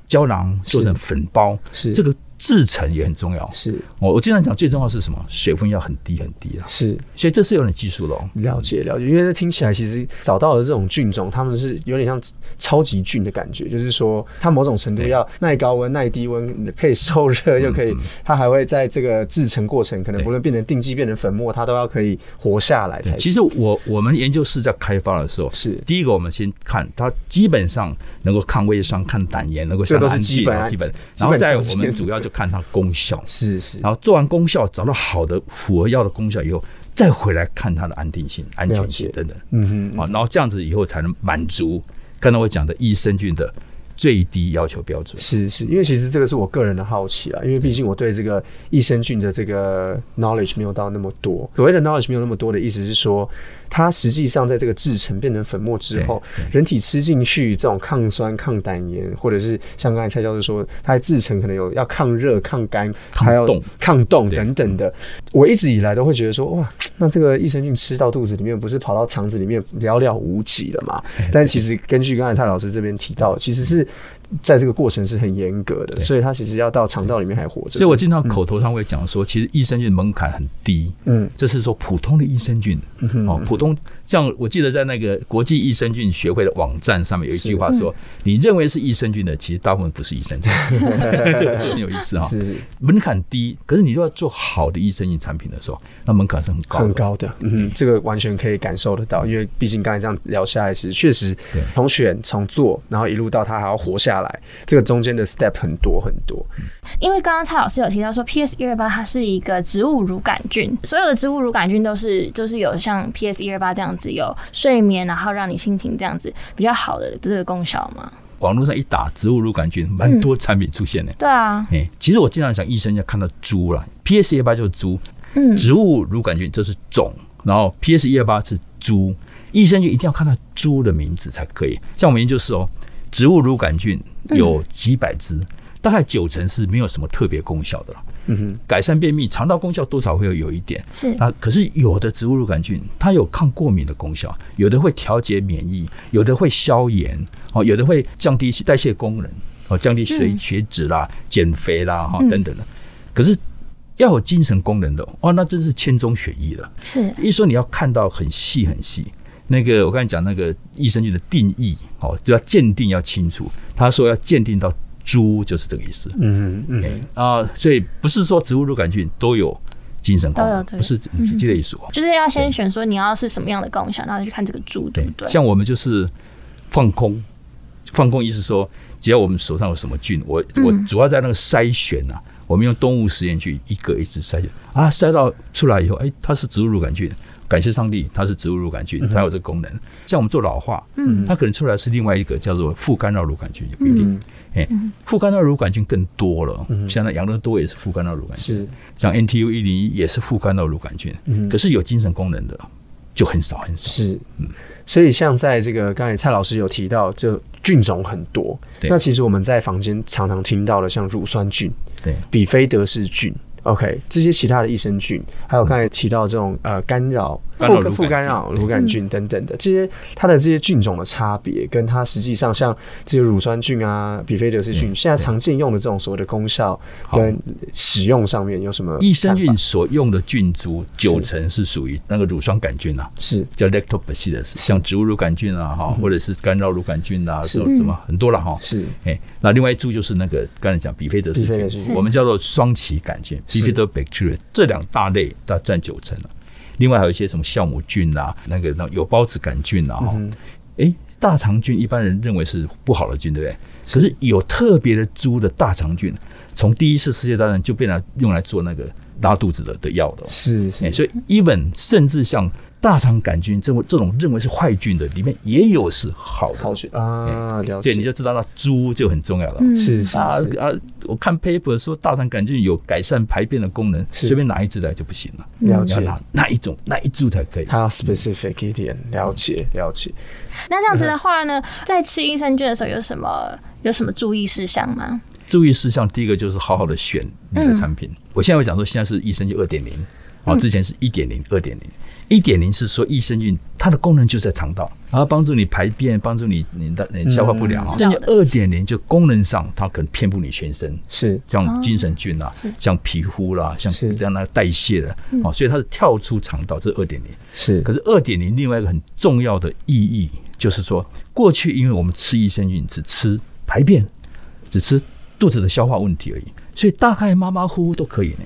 [SPEAKER 5] 胶囊、做成粉包，
[SPEAKER 6] 是
[SPEAKER 5] 这个制成也很重要。哦
[SPEAKER 6] 是
[SPEAKER 5] 我我经常讲，最重要是什么？水分要很低很低啊，
[SPEAKER 6] 是
[SPEAKER 5] 所以这是有点技术的哦。
[SPEAKER 6] 了解了解，因为这听起来其实找到的这种菌种，他们是有点像超级菌的感觉，就是说它某种程度
[SPEAKER 5] 对
[SPEAKER 6] 要耐高温、耐低温，可以受热，又可以，它还会在这个制成过程，可能
[SPEAKER 5] 对
[SPEAKER 6] 不论变成定剂、变成粉末，它都要可以活下来才
[SPEAKER 5] 其实我我们研究室在开发的时候，
[SPEAKER 6] 是
[SPEAKER 5] 第一个我们先看它基本上能够抗胃酸、抗胆盐，能够
[SPEAKER 6] 这
[SPEAKER 5] 像
[SPEAKER 6] 都是
[SPEAKER 5] 安
[SPEAKER 6] 基
[SPEAKER 5] 定
[SPEAKER 6] 本
[SPEAKER 5] 啊
[SPEAKER 6] 啊
[SPEAKER 5] 基本
[SPEAKER 6] 基，基
[SPEAKER 5] 然后
[SPEAKER 6] 本
[SPEAKER 5] 再
[SPEAKER 6] 条
[SPEAKER 5] 我们
[SPEAKER 6] 件
[SPEAKER 5] 主要就看它功效，
[SPEAKER 6] 是是
[SPEAKER 5] 然后做完功效找到好的符合药的功效以后，再回来看它的安定性、安全性
[SPEAKER 6] 了解
[SPEAKER 5] 等等。哦
[SPEAKER 6] 嗯哼，
[SPEAKER 5] 好，然后这样子以后才能满足刚才我讲的益生菌的最低要求标准。
[SPEAKER 6] 是是，因为其实这个是我个人的好奇啊，因为毕竟我对这个益生菌的这个 knowledge 没有到那么多。所谓的 knowledge 没有那么多的意思是说，它实际上在这个制成变成粉末之后，人体吃进去这种抗酸、抗胆盐，或者是像刚才蔡教授说，它在制成可能有要抗热、抗干，
[SPEAKER 5] 抗
[SPEAKER 6] 还有
[SPEAKER 5] 冻
[SPEAKER 6] 抗冻
[SPEAKER 5] 对嗯
[SPEAKER 6] 等等的。我一直以来都会觉得说，哇，那这个益生菌吃到肚子里面，不是跑到肠子里面寥寥无几了嘛？
[SPEAKER 5] 哎
[SPEAKER 6] 但其实根据刚才蔡老师这边提到，其实是在这个过程是很严格的，
[SPEAKER 5] 对
[SPEAKER 6] 所以它其实要到肠道里面还活着。
[SPEAKER 5] 所以我经常口头上会讲说，其实益生菌门槛很低。
[SPEAKER 6] 嗯
[SPEAKER 5] 这是说普通的益生菌哦，普通像我记得在那个国际益生菌学会的网站上面有一句话说，你认为是益生菌的，其实大部分不是益生菌， [LAUGHS] 这个就很有意思啊、
[SPEAKER 6] 是
[SPEAKER 5] 门槛低，可是你如果要做好的益生菌产品的时候，那门槛是很高的。
[SPEAKER 6] 很高的，嗯，这个完全可以感受得到，因为毕竟刚才这样聊下来，其实确实
[SPEAKER 5] 对
[SPEAKER 6] 从选从做，然后一路到他还要活下来，这个中间的 step 很多很多，
[SPEAKER 4] 因为刚刚蔡老师有提到说，PS 一二八它是一个植物乳杆菌，所有的植物乳杆菌都是就是有像 PS 一二八这样子有睡眠，然后让你心情这样子比较好的这个功效嘛。
[SPEAKER 5] 网络上一打植物乳杆菌，蛮多产品出现的。
[SPEAKER 4] 对啊，
[SPEAKER 5] 哎、其实我经常讲，医生要看到猪啦 p s 1 8就是猪，
[SPEAKER 4] 嗯
[SPEAKER 5] 植物乳杆菌这是种，然后 PS 1 2 8是猪，益生菌一定要看到猪的名字才可以。像我们研究室哦，植物乳杆菌有几百只，大概九成是没有什么特别功效的了。
[SPEAKER 6] 嗯哼，
[SPEAKER 5] 改善便秘、肠道功效多少会有有一点，
[SPEAKER 4] 是
[SPEAKER 5] 啊，可是有的植物乳杆菌它有抗过敏的功效，有的会调节免疫，有的会消炎，哦，有的会降低代谢功能，哦，降低血血脂啦、减肥啦，哈、等等的。可是要有精神功能的，哦，那真是千中选一了。
[SPEAKER 4] 是，
[SPEAKER 5] 一说你要看到很细很细，那个我刚才讲那个益生菌的定义，哦，就要鉴定要清楚。他说要鉴定到猪，就是这个意思。
[SPEAKER 6] 嗯哼嗯
[SPEAKER 5] 哎啊、所以不是说植物乳杆菌都有精神功
[SPEAKER 4] 都有
[SPEAKER 5] 能，
[SPEAKER 4] 这个嗯
[SPEAKER 5] 不是不是这类属哦。
[SPEAKER 4] 就是要先选说你要是什么样的功效，然后去看这个猪对不对？
[SPEAKER 5] 嗯像我们就是放空，放空意思说，只要我们手上有什么菌，我我主要在那个筛选啊，我们用动物实验去一个一只筛选啊，筛到出来以后，哎，它是植物乳杆菌。感谢上帝，它是植物乳杆菌，
[SPEAKER 4] 嗯
[SPEAKER 5] 它有这个功能。像我们做老化，嗯，它可能出来是另外一个叫做副干扰乳杆菌，也不一定。哎、副干扰乳杆菌更多了，
[SPEAKER 4] 嗯
[SPEAKER 5] 像那养乐多也是副干扰乳杆菌，
[SPEAKER 6] 是
[SPEAKER 5] 像 NTU 一零一也是副干扰乳杆菌，
[SPEAKER 4] 嗯
[SPEAKER 6] 嗯
[SPEAKER 5] 可是有精神功能的就很少很少。
[SPEAKER 6] 是，所以像在这个刚才蔡老师有提到，就菌种很多，
[SPEAKER 5] 对
[SPEAKER 6] 那其实我们在房间常常听到的，像乳酸菌，
[SPEAKER 5] 对，
[SPEAKER 6] 比菲德氏菌。OK，这些其他的益生菌，还有刚才提到这种呃干扰、
[SPEAKER 5] 干扰乳
[SPEAKER 6] 副副
[SPEAKER 5] 杆嗯
[SPEAKER 6] 干扰乳杆菌等等的这些，它的这些菌种的差别，跟它实际上像这些乳酸菌啊、比菲德氏菌，
[SPEAKER 5] 嗯
[SPEAKER 6] 现在常见用的这种所谓的功效跟使用上面有什么看法？
[SPEAKER 5] 益生菌所用的菌株九
[SPEAKER 6] 是
[SPEAKER 5] 成是属于那个乳酸杆菌啊，
[SPEAKER 6] 是
[SPEAKER 5] 叫 lactobacillus，像植物乳杆菌啊，哈，或者是干扰乳杆菌啊，
[SPEAKER 6] 嗯是嗯
[SPEAKER 5] 什么什么很多了哈。
[SPEAKER 6] 是
[SPEAKER 5] 哎，那另外一株就是那个刚才讲比菲德氏
[SPEAKER 6] 比菲德氏
[SPEAKER 5] 菌，
[SPEAKER 6] 菌
[SPEAKER 5] 我们叫做双歧杆菌 （Bifidobacteria），这两大类它占九成了。另外还有一些什么酵母菌啊，那个那有孢子杆菌啊，哈、哎，大肠菌一般人认为是不好的菌，对不对？可是有特别的猪的大肠菌，从第一次世界大战就被拿用来做那个拉肚子的的药的、哦。
[SPEAKER 6] 是
[SPEAKER 5] 哎，
[SPEAKER 6] 是
[SPEAKER 5] 所以 even 甚至像大肠杆菌这种这种认为是坏菌的，里面也有是好的。
[SPEAKER 6] 好去啊，了
[SPEAKER 5] 所
[SPEAKER 6] 解，
[SPEAKER 5] 哎以你就知道那猪就很重要了。
[SPEAKER 4] 嗯
[SPEAKER 6] 是是
[SPEAKER 5] 啊
[SPEAKER 6] 是
[SPEAKER 5] 啊！我看 paper 说大肠杆菌有改善排便的功能，
[SPEAKER 6] 是
[SPEAKER 5] 随便拿一只来就不行了，
[SPEAKER 6] 了
[SPEAKER 5] 你
[SPEAKER 6] 解
[SPEAKER 5] 要，拿那一种那一株才可以。
[SPEAKER 6] 它要 specific 一点，了解了解。
[SPEAKER 4] 那这样子的话呢，在吃益生菌的时候有什么有什么注意事项吗？
[SPEAKER 5] 注意事项第一个就是好好的选你
[SPEAKER 6] 嗯
[SPEAKER 5] 的产品。我现在会讲说，现在是益生菌二点零，哦，之前是一点零、二点零。一点零是说益生菌它的功能就在肠道，然后帮助你排便，帮助你你的你消化不良。啊
[SPEAKER 4] 嗯
[SPEAKER 5] 这二点零就功能上，它可能遍布你全身，
[SPEAKER 6] 是
[SPEAKER 5] 像精神菌啦、啊像皮肤啦、像
[SPEAKER 6] 哦是嗯
[SPEAKER 5] 这样的代谢的，哦，所以它是跳出肠道，这二点零。
[SPEAKER 6] 是
[SPEAKER 5] 可是二点零另外一个很重要的意义就是说，过去因为我们吃益生菌只吃排便，只吃肚子的消化问题而已，所以大概马马虎虎都可以呢。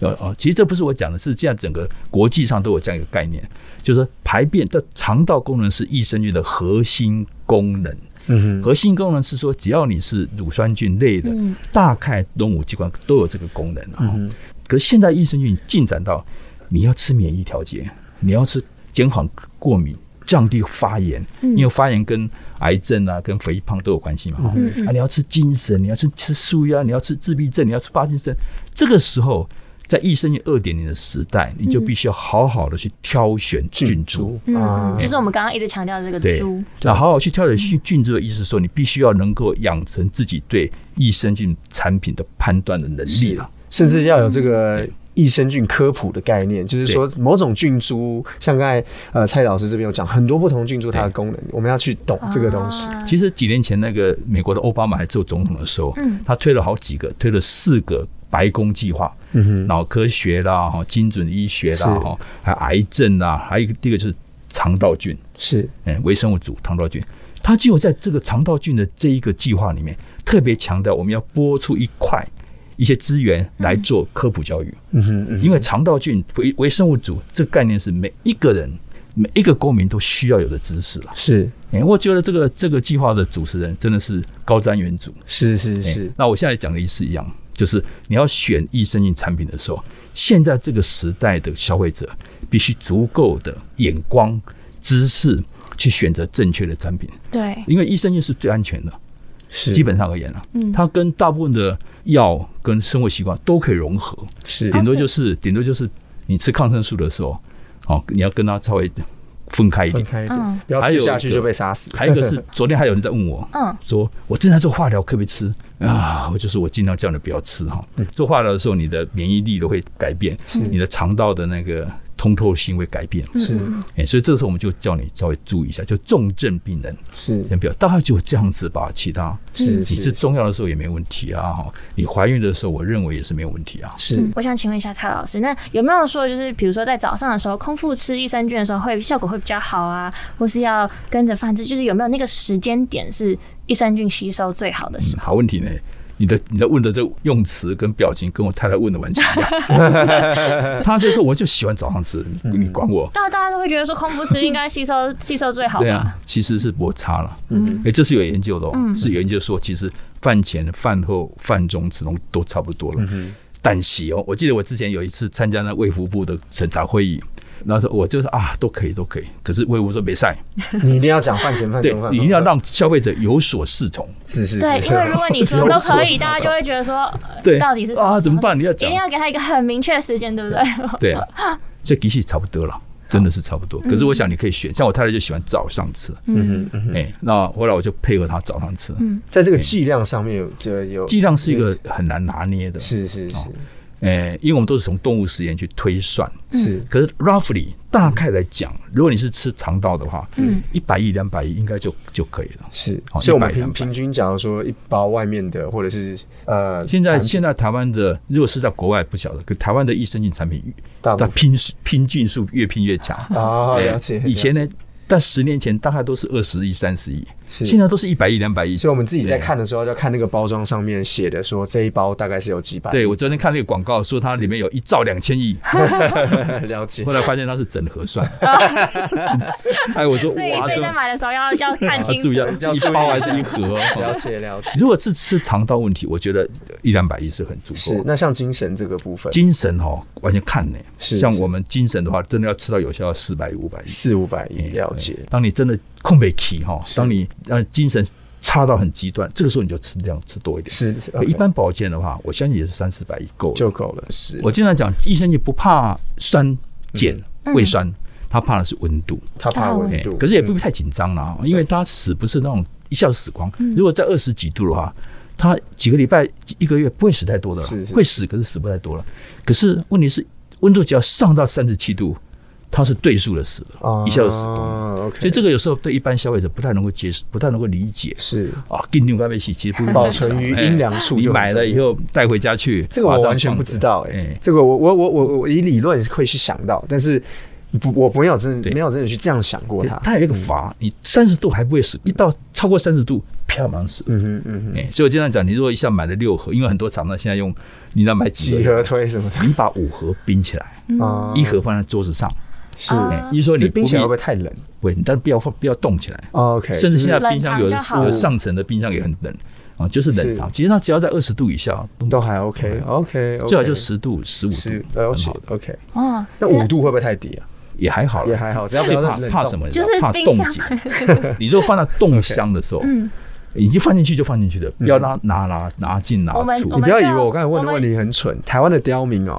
[SPEAKER 5] 呃哦，其实这不是我讲的，是现在整个国际上都有这样一个概念，就是说排便的肠道功能是益生菌的核心功能。
[SPEAKER 6] 嗯哼
[SPEAKER 5] 核心功能是说，只要你是乳酸菌类的，大概龙母器官都有这个功能啊、
[SPEAKER 6] 嗯
[SPEAKER 5] 可是现在益生菌进展到你要吃免疫调节，你要吃减缓过敏。降低发炎，因为发炎跟癌症啊、跟肥胖都有关系嘛。哈
[SPEAKER 4] 嗯嗯嗯
[SPEAKER 5] 啊，你要吃精神，你要吃吃舒压，你要吃自闭症，你要吃帕金森。这个时候，在益生菌二点零的时代，你就必须要好好的去挑选菌株。
[SPEAKER 6] 哼
[SPEAKER 4] 嗯
[SPEAKER 6] 啊，
[SPEAKER 4] 就是我们刚刚一直强调的这个
[SPEAKER 5] 对
[SPEAKER 4] 猪，
[SPEAKER 5] 那好好去挑选菌菌株的意思是说，你必须要能够养成自己对益生菌产品的判断的能力了。
[SPEAKER 6] 甚至要有这个益生菌科普的概念，就是说某种菌株，像刚才呃蔡老师这边有讲，很多不同菌株它的功能，我们要去懂这个东西。
[SPEAKER 4] 啊
[SPEAKER 5] 其实几年前那个美国的奥巴马还做总统的时候，
[SPEAKER 6] 嗯
[SPEAKER 5] 他推了好几个，推了四个白宫计划，
[SPEAKER 6] 嗯哼，
[SPEAKER 5] 脑科学啦，哈，精准医学
[SPEAKER 6] 是
[SPEAKER 5] 啦，哈，还有癌症啦，还有一个第一个就是肠道菌，
[SPEAKER 6] 是
[SPEAKER 5] 嗯，微生物组肠道菌，它就有在这个肠道菌的这一个计划里面特别强调，我们要拨出一块一些资源来做科普教育。
[SPEAKER 6] 嗯哼，嗯哼
[SPEAKER 5] 因为肠道菌微微生物组这个概念是每一个人每一个公民都需要有的知识了。
[SPEAKER 6] 是
[SPEAKER 5] 哎，我觉得这个这个计划的主持人真的是高瞻远瞩。
[SPEAKER 6] 是是
[SPEAKER 5] 哎
[SPEAKER 6] 是，
[SPEAKER 5] 那我现在讲的意思一样，就是你要选益生菌产品的时候，现在这个时代的消费者必须足够的眼光、知识去选择正确的产品，
[SPEAKER 4] 对，
[SPEAKER 5] 因为益生菌是最安全的。
[SPEAKER 6] 是
[SPEAKER 5] 基本上而言啊，它跟大部分的药跟生活习惯都可以融合。
[SPEAKER 6] 是
[SPEAKER 5] 顶多就是顶多就是你吃抗生素的时候，哦，你要跟它稍微分开一
[SPEAKER 6] 分
[SPEAKER 5] 点。
[SPEAKER 6] 开一
[SPEAKER 4] 嗯
[SPEAKER 6] 点，不要
[SPEAKER 5] 还
[SPEAKER 6] 吃
[SPEAKER 5] 有一
[SPEAKER 6] 下去
[SPEAKER 5] 个
[SPEAKER 6] 就被杀死。
[SPEAKER 5] 还有一个是，昨天还有人在问我，
[SPEAKER 4] 嗯，
[SPEAKER 5] 说我正在做化疗，可不可以吃啊？我就说我尽量叫你不要吃哈。
[SPEAKER 6] 嗯
[SPEAKER 5] 做化疗的时候，你的免疫力都会改变，你的肠道的那个通透性会改变，
[SPEAKER 6] 嗯是
[SPEAKER 5] 哎，所以这个时候我们就叫你稍微注意一下，就重症病人
[SPEAKER 6] 是
[SPEAKER 5] 先不要，大概就这样子吧。其他
[SPEAKER 6] 是
[SPEAKER 5] 你
[SPEAKER 6] 是
[SPEAKER 5] 吃中药的时候也没问题啊，哈，你怀孕的时候我认为也是没有问题啊。
[SPEAKER 6] 是
[SPEAKER 4] 嗯，我想请问一下蔡老师，那有没有说就是比如说在早上的时候空腹吃益生菌的时候会效果会比较好啊，或是要跟着饭吃，就是有没有那个时间点是益生菌吸收最好的时候？
[SPEAKER 5] 好问题呢。你的你的问的这个用词跟表情跟我太太问的完
[SPEAKER 6] [LAUGHS]
[SPEAKER 5] 全一样， [LAUGHS] 他就说我就喜欢早上吃，你你管我？
[SPEAKER 4] 大大家都会觉得说空腹吃应该吸收吸收最好吧？
[SPEAKER 5] 对啊，其实是摩擦了，
[SPEAKER 6] 嗯
[SPEAKER 5] 哎、这是有研究的哦，
[SPEAKER 4] 嗯
[SPEAKER 5] 是有研究说其实饭前、饭后、饭中吃东都差不
[SPEAKER 4] 嗯
[SPEAKER 5] 多了。但喜哦，我记得我之前有一次参加那卫福部的审查会议，然后说我就说啊都可以都可以，可是卫福部说没晒，
[SPEAKER 6] 你一定要讲饭前饭
[SPEAKER 5] 对
[SPEAKER 6] 中饭，后，
[SPEAKER 5] 你一定要让消费者有所适从。
[SPEAKER 6] 是是
[SPEAKER 4] 对，
[SPEAKER 6] 啊是
[SPEAKER 4] 因为如果你说都可以，大家
[SPEAKER 6] 有所
[SPEAKER 4] 就
[SPEAKER 6] 思
[SPEAKER 4] 会觉得说，呃
[SPEAKER 5] 对，
[SPEAKER 4] 到底是什么
[SPEAKER 5] 啊怎么办？你要
[SPEAKER 4] 一
[SPEAKER 5] 讲
[SPEAKER 4] 定要给他一个很明确的时间，对不对？
[SPEAKER 5] 对啊，所以其实差不多了，真的是差不多。
[SPEAKER 4] 嗯
[SPEAKER 5] 可是我想你可以选，像我太太就喜欢早上吃，
[SPEAKER 6] 嗯哼嗯哼，
[SPEAKER 5] 哎，那后来我就配合她早上吃，
[SPEAKER 4] 嗯
[SPEAKER 6] 在这个剂量上面有就有
[SPEAKER 5] 剂量是一个很难拿捏的，
[SPEAKER 6] 是是是
[SPEAKER 5] 哎，因为我们都是从动物实验去推算，
[SPEAKER 6] 是
[SPEAKER 5] 可是 roughly 大概来讲，如果你是吃肠道的话，嗯，一百亿两百亿应该就就可以了。
[SPEAKER 6] 是，
[SPEAKER 5] 好
[SPEAKER 6] 所以我们
[SPEAKER 5] 100
[SPEAKER 6] 平
[SPEAKER 5] 200
[SPEAKER 6] 平均，假如说一包外面的，或者是呃，
[SPEAKER 5] 现在
[SPEAKER 6] 产品
[SPEAKER 5] 现在台湾的，如果是在国外不晓得，可台湾的益生菌产品，
[SPEAKER 6] 大部
[SPEAKER 5] 它
[SPEAKER 6] 分
[SPEAKER 5] 拼拼菌数越拼越强。
[SPEAKER 6] 啊，
[SPEAKER 5] 哎
[SPEAKER 6] 了解，
[SPEAKER 5] 以前
[SPEAKER 6] 了
[SPEAKER 5] 呢，但十年前大概都是二十亿、三十亿，
[SPEAKER 6] 是
[SPEAKER 5] 现在都是一百亿、两百亿。
[SPEAKER 6] 所以我们自己在看的时候，要看那个包装上面写的，说这一包大概是有几百。
[SPEAKER 5] 对，我昨天看那个广告说它里面有一兆两千亿，
[SPEAKER 6] [LAUGHS] 了解
[SPEAKER 5] 后。来发现它是整
[SPEAKER 4] [LAUGHS]
[SPEAKER 5] 合算。哎，我说
[SPEAKER 4] 所以
[SPEAKER 5] 哇，
[SPEAKER 4] 所以
[SPEAKER 5] 都
[SPEAKER 4] 在买的时
[SPEAKER 6] [LAUGHS]
[SPEAKER 4] 候要要看
[SPEAKER 5] 啊
[SPEAKER 4] 清
[SPEAKER 5] 注
[SPEAKER 4] 楚
[SPEAKER 5] 意，
[SPEAKER 6] 要
[SPEAKER 5] 要一
[SPEAKER 6] 注意
[SPEAKER 5] 包还是一盒哦？
[SPEAKER 6] 了解了解。
[SPEAKER 5] 如果是吃肠道问题，我觉得一两百亿是很足
[SPEAKER 6] 是
[SPEAKER 5] 够。，的。
[SPEAKER 6] 那像精神这个部分，
[SPEAKER 5] 精神哦，完全看呢、
[SPEAKER 6] 是
[SPEAKER 5] 像
[SPEAKER 6] 是
[SPEAKER 5] 我们精神的话，真的要吃到有效四百五百亿。
[SPEAKER 6] 四五百亿，
[SPEAKER 5] 哎
[SPEAKER 6] 了解。
[SPEAKER 5] 对当你真的空北期哈，当你让精神差到很极端，这个时候你就吃量吃多一点。
[SPEAKER 6] 是，
[SPEAKER 5] 可
[SPEAKER 6] OK，
[SPEAKER 5] 一般保健的话，我相信也是三四百亿够了。
[SPEAKER 6] 就够了。是，
[SPEAKER 5] 我经常讲，医生也不怕酸碱、
[SPEAKER 6] 嗯
[SPEAKER 5] 胃酸，他怕的是温度。
[SPEAKER 6] 他怕温
[SPEAKER 5] 哎
[SPEAKER 6] 度，
[SPEAKER 5] 可是也不
[SPEAKER 6] 嗯
[SPEAKER 5] 必太紧张了啊，因为他死不是那种一下死光。如果在二十几度的话，他几个礼拜、一个月不会死太多的了
[SPEAKER 6] 是，是
[SPEAKER 5] 会死可是死不太多了。可是问题是，温度只要上到三十七度，它是对数的死了，
[SPEAKER 6] 啊
[SPEAKER 5] 一下就死光了。
[SPEAKER 6] ，OK，
[SPEAKER 5] 所以这个有时候对一般消费者不太能够接受，不太能够理解
[SPEAKER 6] 是
[SPEAKER 5] 啊。定定外面洗其实不必
[SPEAKER 6] 保存于
[SPEAKER 5] 哎
[SPEAKER 6] 阴凉处
[SPEAKER 5] 你
[SPEAKER 6] 就
[SPEAKER 5] 买了以后带回家去，
[SPEAKER 6] 这个
[SPEAKER 5] 马
[SPEAKER 6] 我
[SPEAKER 5] 上
[SPEAKER 6] 完全
[SPEAKER 5] 放
[SPEAKER 6] 不
[SPEAKER 5] 着
[SPEAKER 6] 知道哎、
[SPEAKER 5] 哎
[SPEAKER 6] 这个我我我我我以理论会去想到，但是不我没有真的
[SPEAKER 5] 对
[SPEAKER 6] 没有真的去这样想过它。
[SPEAKER 5] 它有一个阀，你三十度还不会死，一到超过三十度，啪，马上死。
[SPEAKER 6] 嗯哼嗯哼，
[SPEAKER 5] 哎、所以我经常讲，你如果一下买了六盒，因为很多厂商现在用，你知道买几
[SPEAKER 6] 几
[SPEAKER 5] 盒，
[SPEAKER 6] 何推什么的
[SPEAKER 5] 你把五盒冰起来，
[SPEAKER 4] 嗯
[SPEAKER 6] 啊
[SPEAKER 5] 一盒放在桌子上，
[SPEAKER 6] 是。
[SPEAKER 5] 哎、一说
[SPEAKER 6] 所
[SPEAKER 5] 你
[SPEAKER 6] 以
[SPEAKER 5] 不
[SPEAKER 6] 冰起来会不
[SPEAKER 5] 必
[SPEAKER 6] 会太冷
[SPEAKER 5] 会，但不要放，不要冻起来。
[SPEAKER 6] 哦？OK，
[SPEAKER 5] 甚至现在
[SPEAKER 4] 就是
[SPEAKER 5] 冰箱有
[SPEAKER 4] 冷
[SPEAKER 5] 的
[SPEAKER 4] 藏就好
[SPEAKER 5] 有上层的冰箱也很冷啊，就是冷藏。其实它只要在二十度以下都
[SPEAKER 6] 都还 OK OK，
[SPEAKER 5] 最好就十度、十五
[SPEAKER 6] 是
[SPEAKER 5] 度，
[SPEAKER 6] 了
[SPEAKER 5] 很
[SPEAKER 6] 解
[SPEAKER 5] 好的，
[SPEAKER 6] OK。
[SPEAKER 4] 哦，
[SPEAKER 6] 那
[SPEAKER 4] 这
[SPEAKER 6] 五度会不会太低啊？
[SPEAKER 5] 也还好了，
[SPEAKER 6] 也还好只要不
[SPEAKER 5] 最
[SPEAKER 6] 要
[SPEAKER 5] 怕
[SPEAKER 6] 冷
[SPEAKER 5] 怕
[SPEAKER 6] 冻
[SPEAKER 5] 什么？你知
[SPEAKER 4] 就
[SPEAKER 5] 道
[SPEAKER 4] 是
[SPEAKER 5] 怕
[SPEAKER 4] 冰
[SPEAKER 5] 冻
[SPEAKER 4] 箱 [LAUGHS]
[SPEAKER 5] 结。你如果放到冻箱的时候，
[SPEAKER 4] 嗯，
[SPEAKER 5] 已经放进去就放进去的，不
[SPEAKER 6] 嗯
[SPEAKER 5] 要拿拿拿拿进拿
[SPEAKER 4] 我们
[SPEAKER 5] 出
[SPEAKER 4] 我
[SPEAKER 6] 你。不要以为我刚才问的
[SPEAKER 4] 我们
[SPEAKER 6] 问题很蠢，台湾的刁民哦，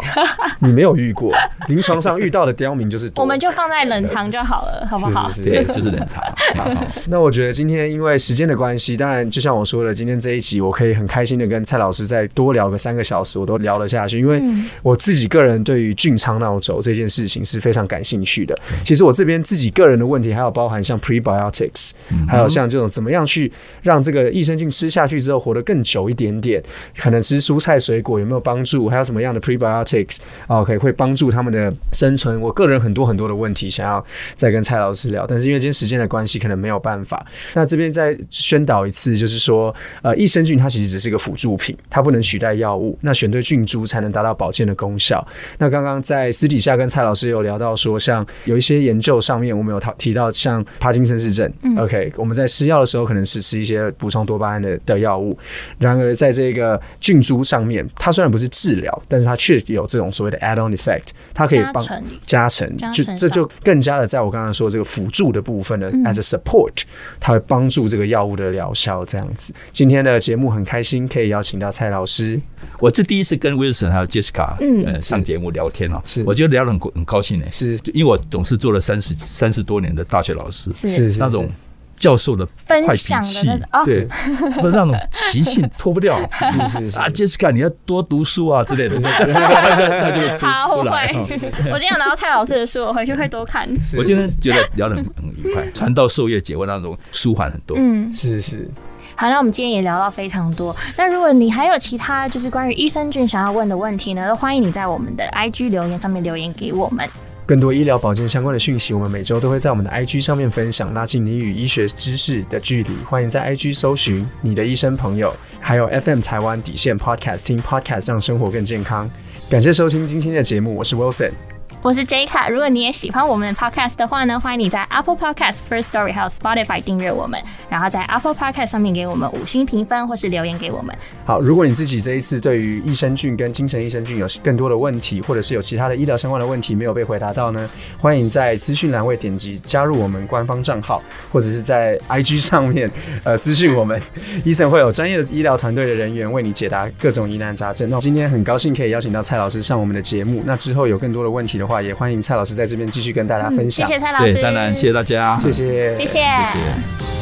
[SPEAKER 6] 你没有遇
[SPEAKER 4] [LAUGHS]
[SPEAKER 6] 过，临床上遇到的刁民就是多。
[SPEAKER 4] 我们就放在冷藏就好了，好不好？
[SPEAKER 6] 是是
[SPEAKER 5] 对，
[SPEAKER 6] 是
[SPEAKER 5] 就是冷藏。哎好
[SPEAKER 6] [LAUGHS] 那我觉得今天因为时间的关系，当然就像我说的，今天这一集我可以很开心的跟蔡老师再多聊个三个小时，我都聊得下去。因为我自己个人对于菌肠闹轴这件事情是非常感兴趣的。其实我这边自己个人的问题，还有包含像 prebiotics，还有像这种怎么样去让这个益生菌吃下去之后活得更久一点点，可能吃蔬菜水果有没有帮助，还有什么样的 prebiotics 哦，可以会帮助他们的生存。我个人很多很多的问题想要再跟蔡老师聊，但是因为今天时间的关系，可能没有办法。那这边再宣导一次，就是说，呃，益生菌它其实只是一个辅助品，它不能取代药物。那选对菌株才能达到保健的功效。那刚刚在私底下跟蔡老师有聊到说，像有一些研究上面，我们有讨提到像帕金森氏症、o k 我们在吃药的时候可能是吃一些补充多巴胺的的药物，然而在这个菌株上面，它虽然不是治疗，但是它却有这种所谓的 add-on effect，它可以帮
[SPEAKER 4] 加成
[SPEAKER 6] 加成，
[SPEAKER 4] 加
[SPEAKER 6] 就
[SPEAKER 4] 成
[SPEAKER 6] 这
[SPEAKER 4] 上嗯
[SPEAKER 6] 就更加的在我刚刚说这个辅助的部分呢、a s a support，它会帮助这个药物的疗效这样子。今天的节目很开心，可以邀请到蔡老师，
[SPEAKER 5] 我这第一次跟 Wilson 还有 Jessica
[SPEAKER 4] 嗯
[SPEAKER 5] 呃上节目聊天哦，
[SPEAKER 6] 是
[SPEAKER 5] 我觉得聊得很很高兴呢，
[SPEAKER 6] 是
[SPEAKER 5] 就因为我总是做了三十三十多年的大学老师，
[SPEAKER 4] 是
[SPEAKER 6] 是
[SPEAKER 5] 那种教授的
[SPEAKER 4] 分
[SPEAKER 5] 坏脾
[SPEAKER 4] 享的
[SPEAKER 5] 气
[SPEAKER 4] 那种，哦 [LAUGHS]
[SPEAKER 5] 对，不是那种习性脱不掉。
[SPEAKER 6] 是是是
[SPEAKER 5] 啊，Jessica，你要多读书啊之
[SPEAKER 6] [LAUGHS]
[SPEAKER 5] 类的，那就出
[SPEAKER 4] 好，我会
[SPEAKER 5] 出来。。
[SPEAKER 6] 啊
[SPEAKER 4] [LAUGHS] 我今天有拿到蔡老师的书，我回去会多看。
[SPEAKER 5] 我今天觉得聊得很很愉快，传道授业解惑那种舒缓很多。
[SPEAKER 4] 嗯，
[SPEAKER 6] 是是
[SPEAKER 4] 好，那我们今天也聊到非常多。那如果你还有其他就是关于益生菌想要问的问题呢，都欢迎你在我们的 IG 留言上面留言给我们。
[SPEAKER 6] 更多医疗保健相关的讯息，我们每周都会在我们的 IG 上面分享，拉近你与医学知识的距离。欢迎在 IG 搜寻你的医生朋友，还有 FM 台湾底线 Podcast，听 Podcast 让生活更健康。感谢收听今天的节目，我是 Wilson。
[SPEAKER 4] 我是 J 卡，如果你也喜欢我们的 Podcast 的话呢，欢迎你在 Apple Podcast、First Story 还有 Spotify 订阅我们，然后在 Apple Podcast 上面给我们五星评分或是留言给我们。
[SPEAKER 6] 好，如果你自己这一次对于益生菌跟精神益生菌有更多的问题，或者是有其他的医疗相关的问题没有被回答到呢，欢迎在资讯栏位点击加入我们官方账号， [LAUGHS] 或者是在 IG 上面 [LAUGHS] 呃私讯我们，医生会有专业的医疗团队的人员为你解答各种疑难杂症。那今天很高兴可以邀请到蔡老师上我们的节目，那之后有更多的问题的话，也欢迎蔡老师在这边继续跟大家分
[SPEAKER 4] 嗯谢
[SPEAKER 6] 享。
[SPEAKER 4] 谢蔡老
[SPEAKER 5] 对
[SPEAKER 4] 师，，
[SPEAKER 5] 嗯当然谢谢大家，
[SPEAKER 6] 谢谢，
[SPEAKER 4] 谢谢。
[SPEAKER 5] 谢谢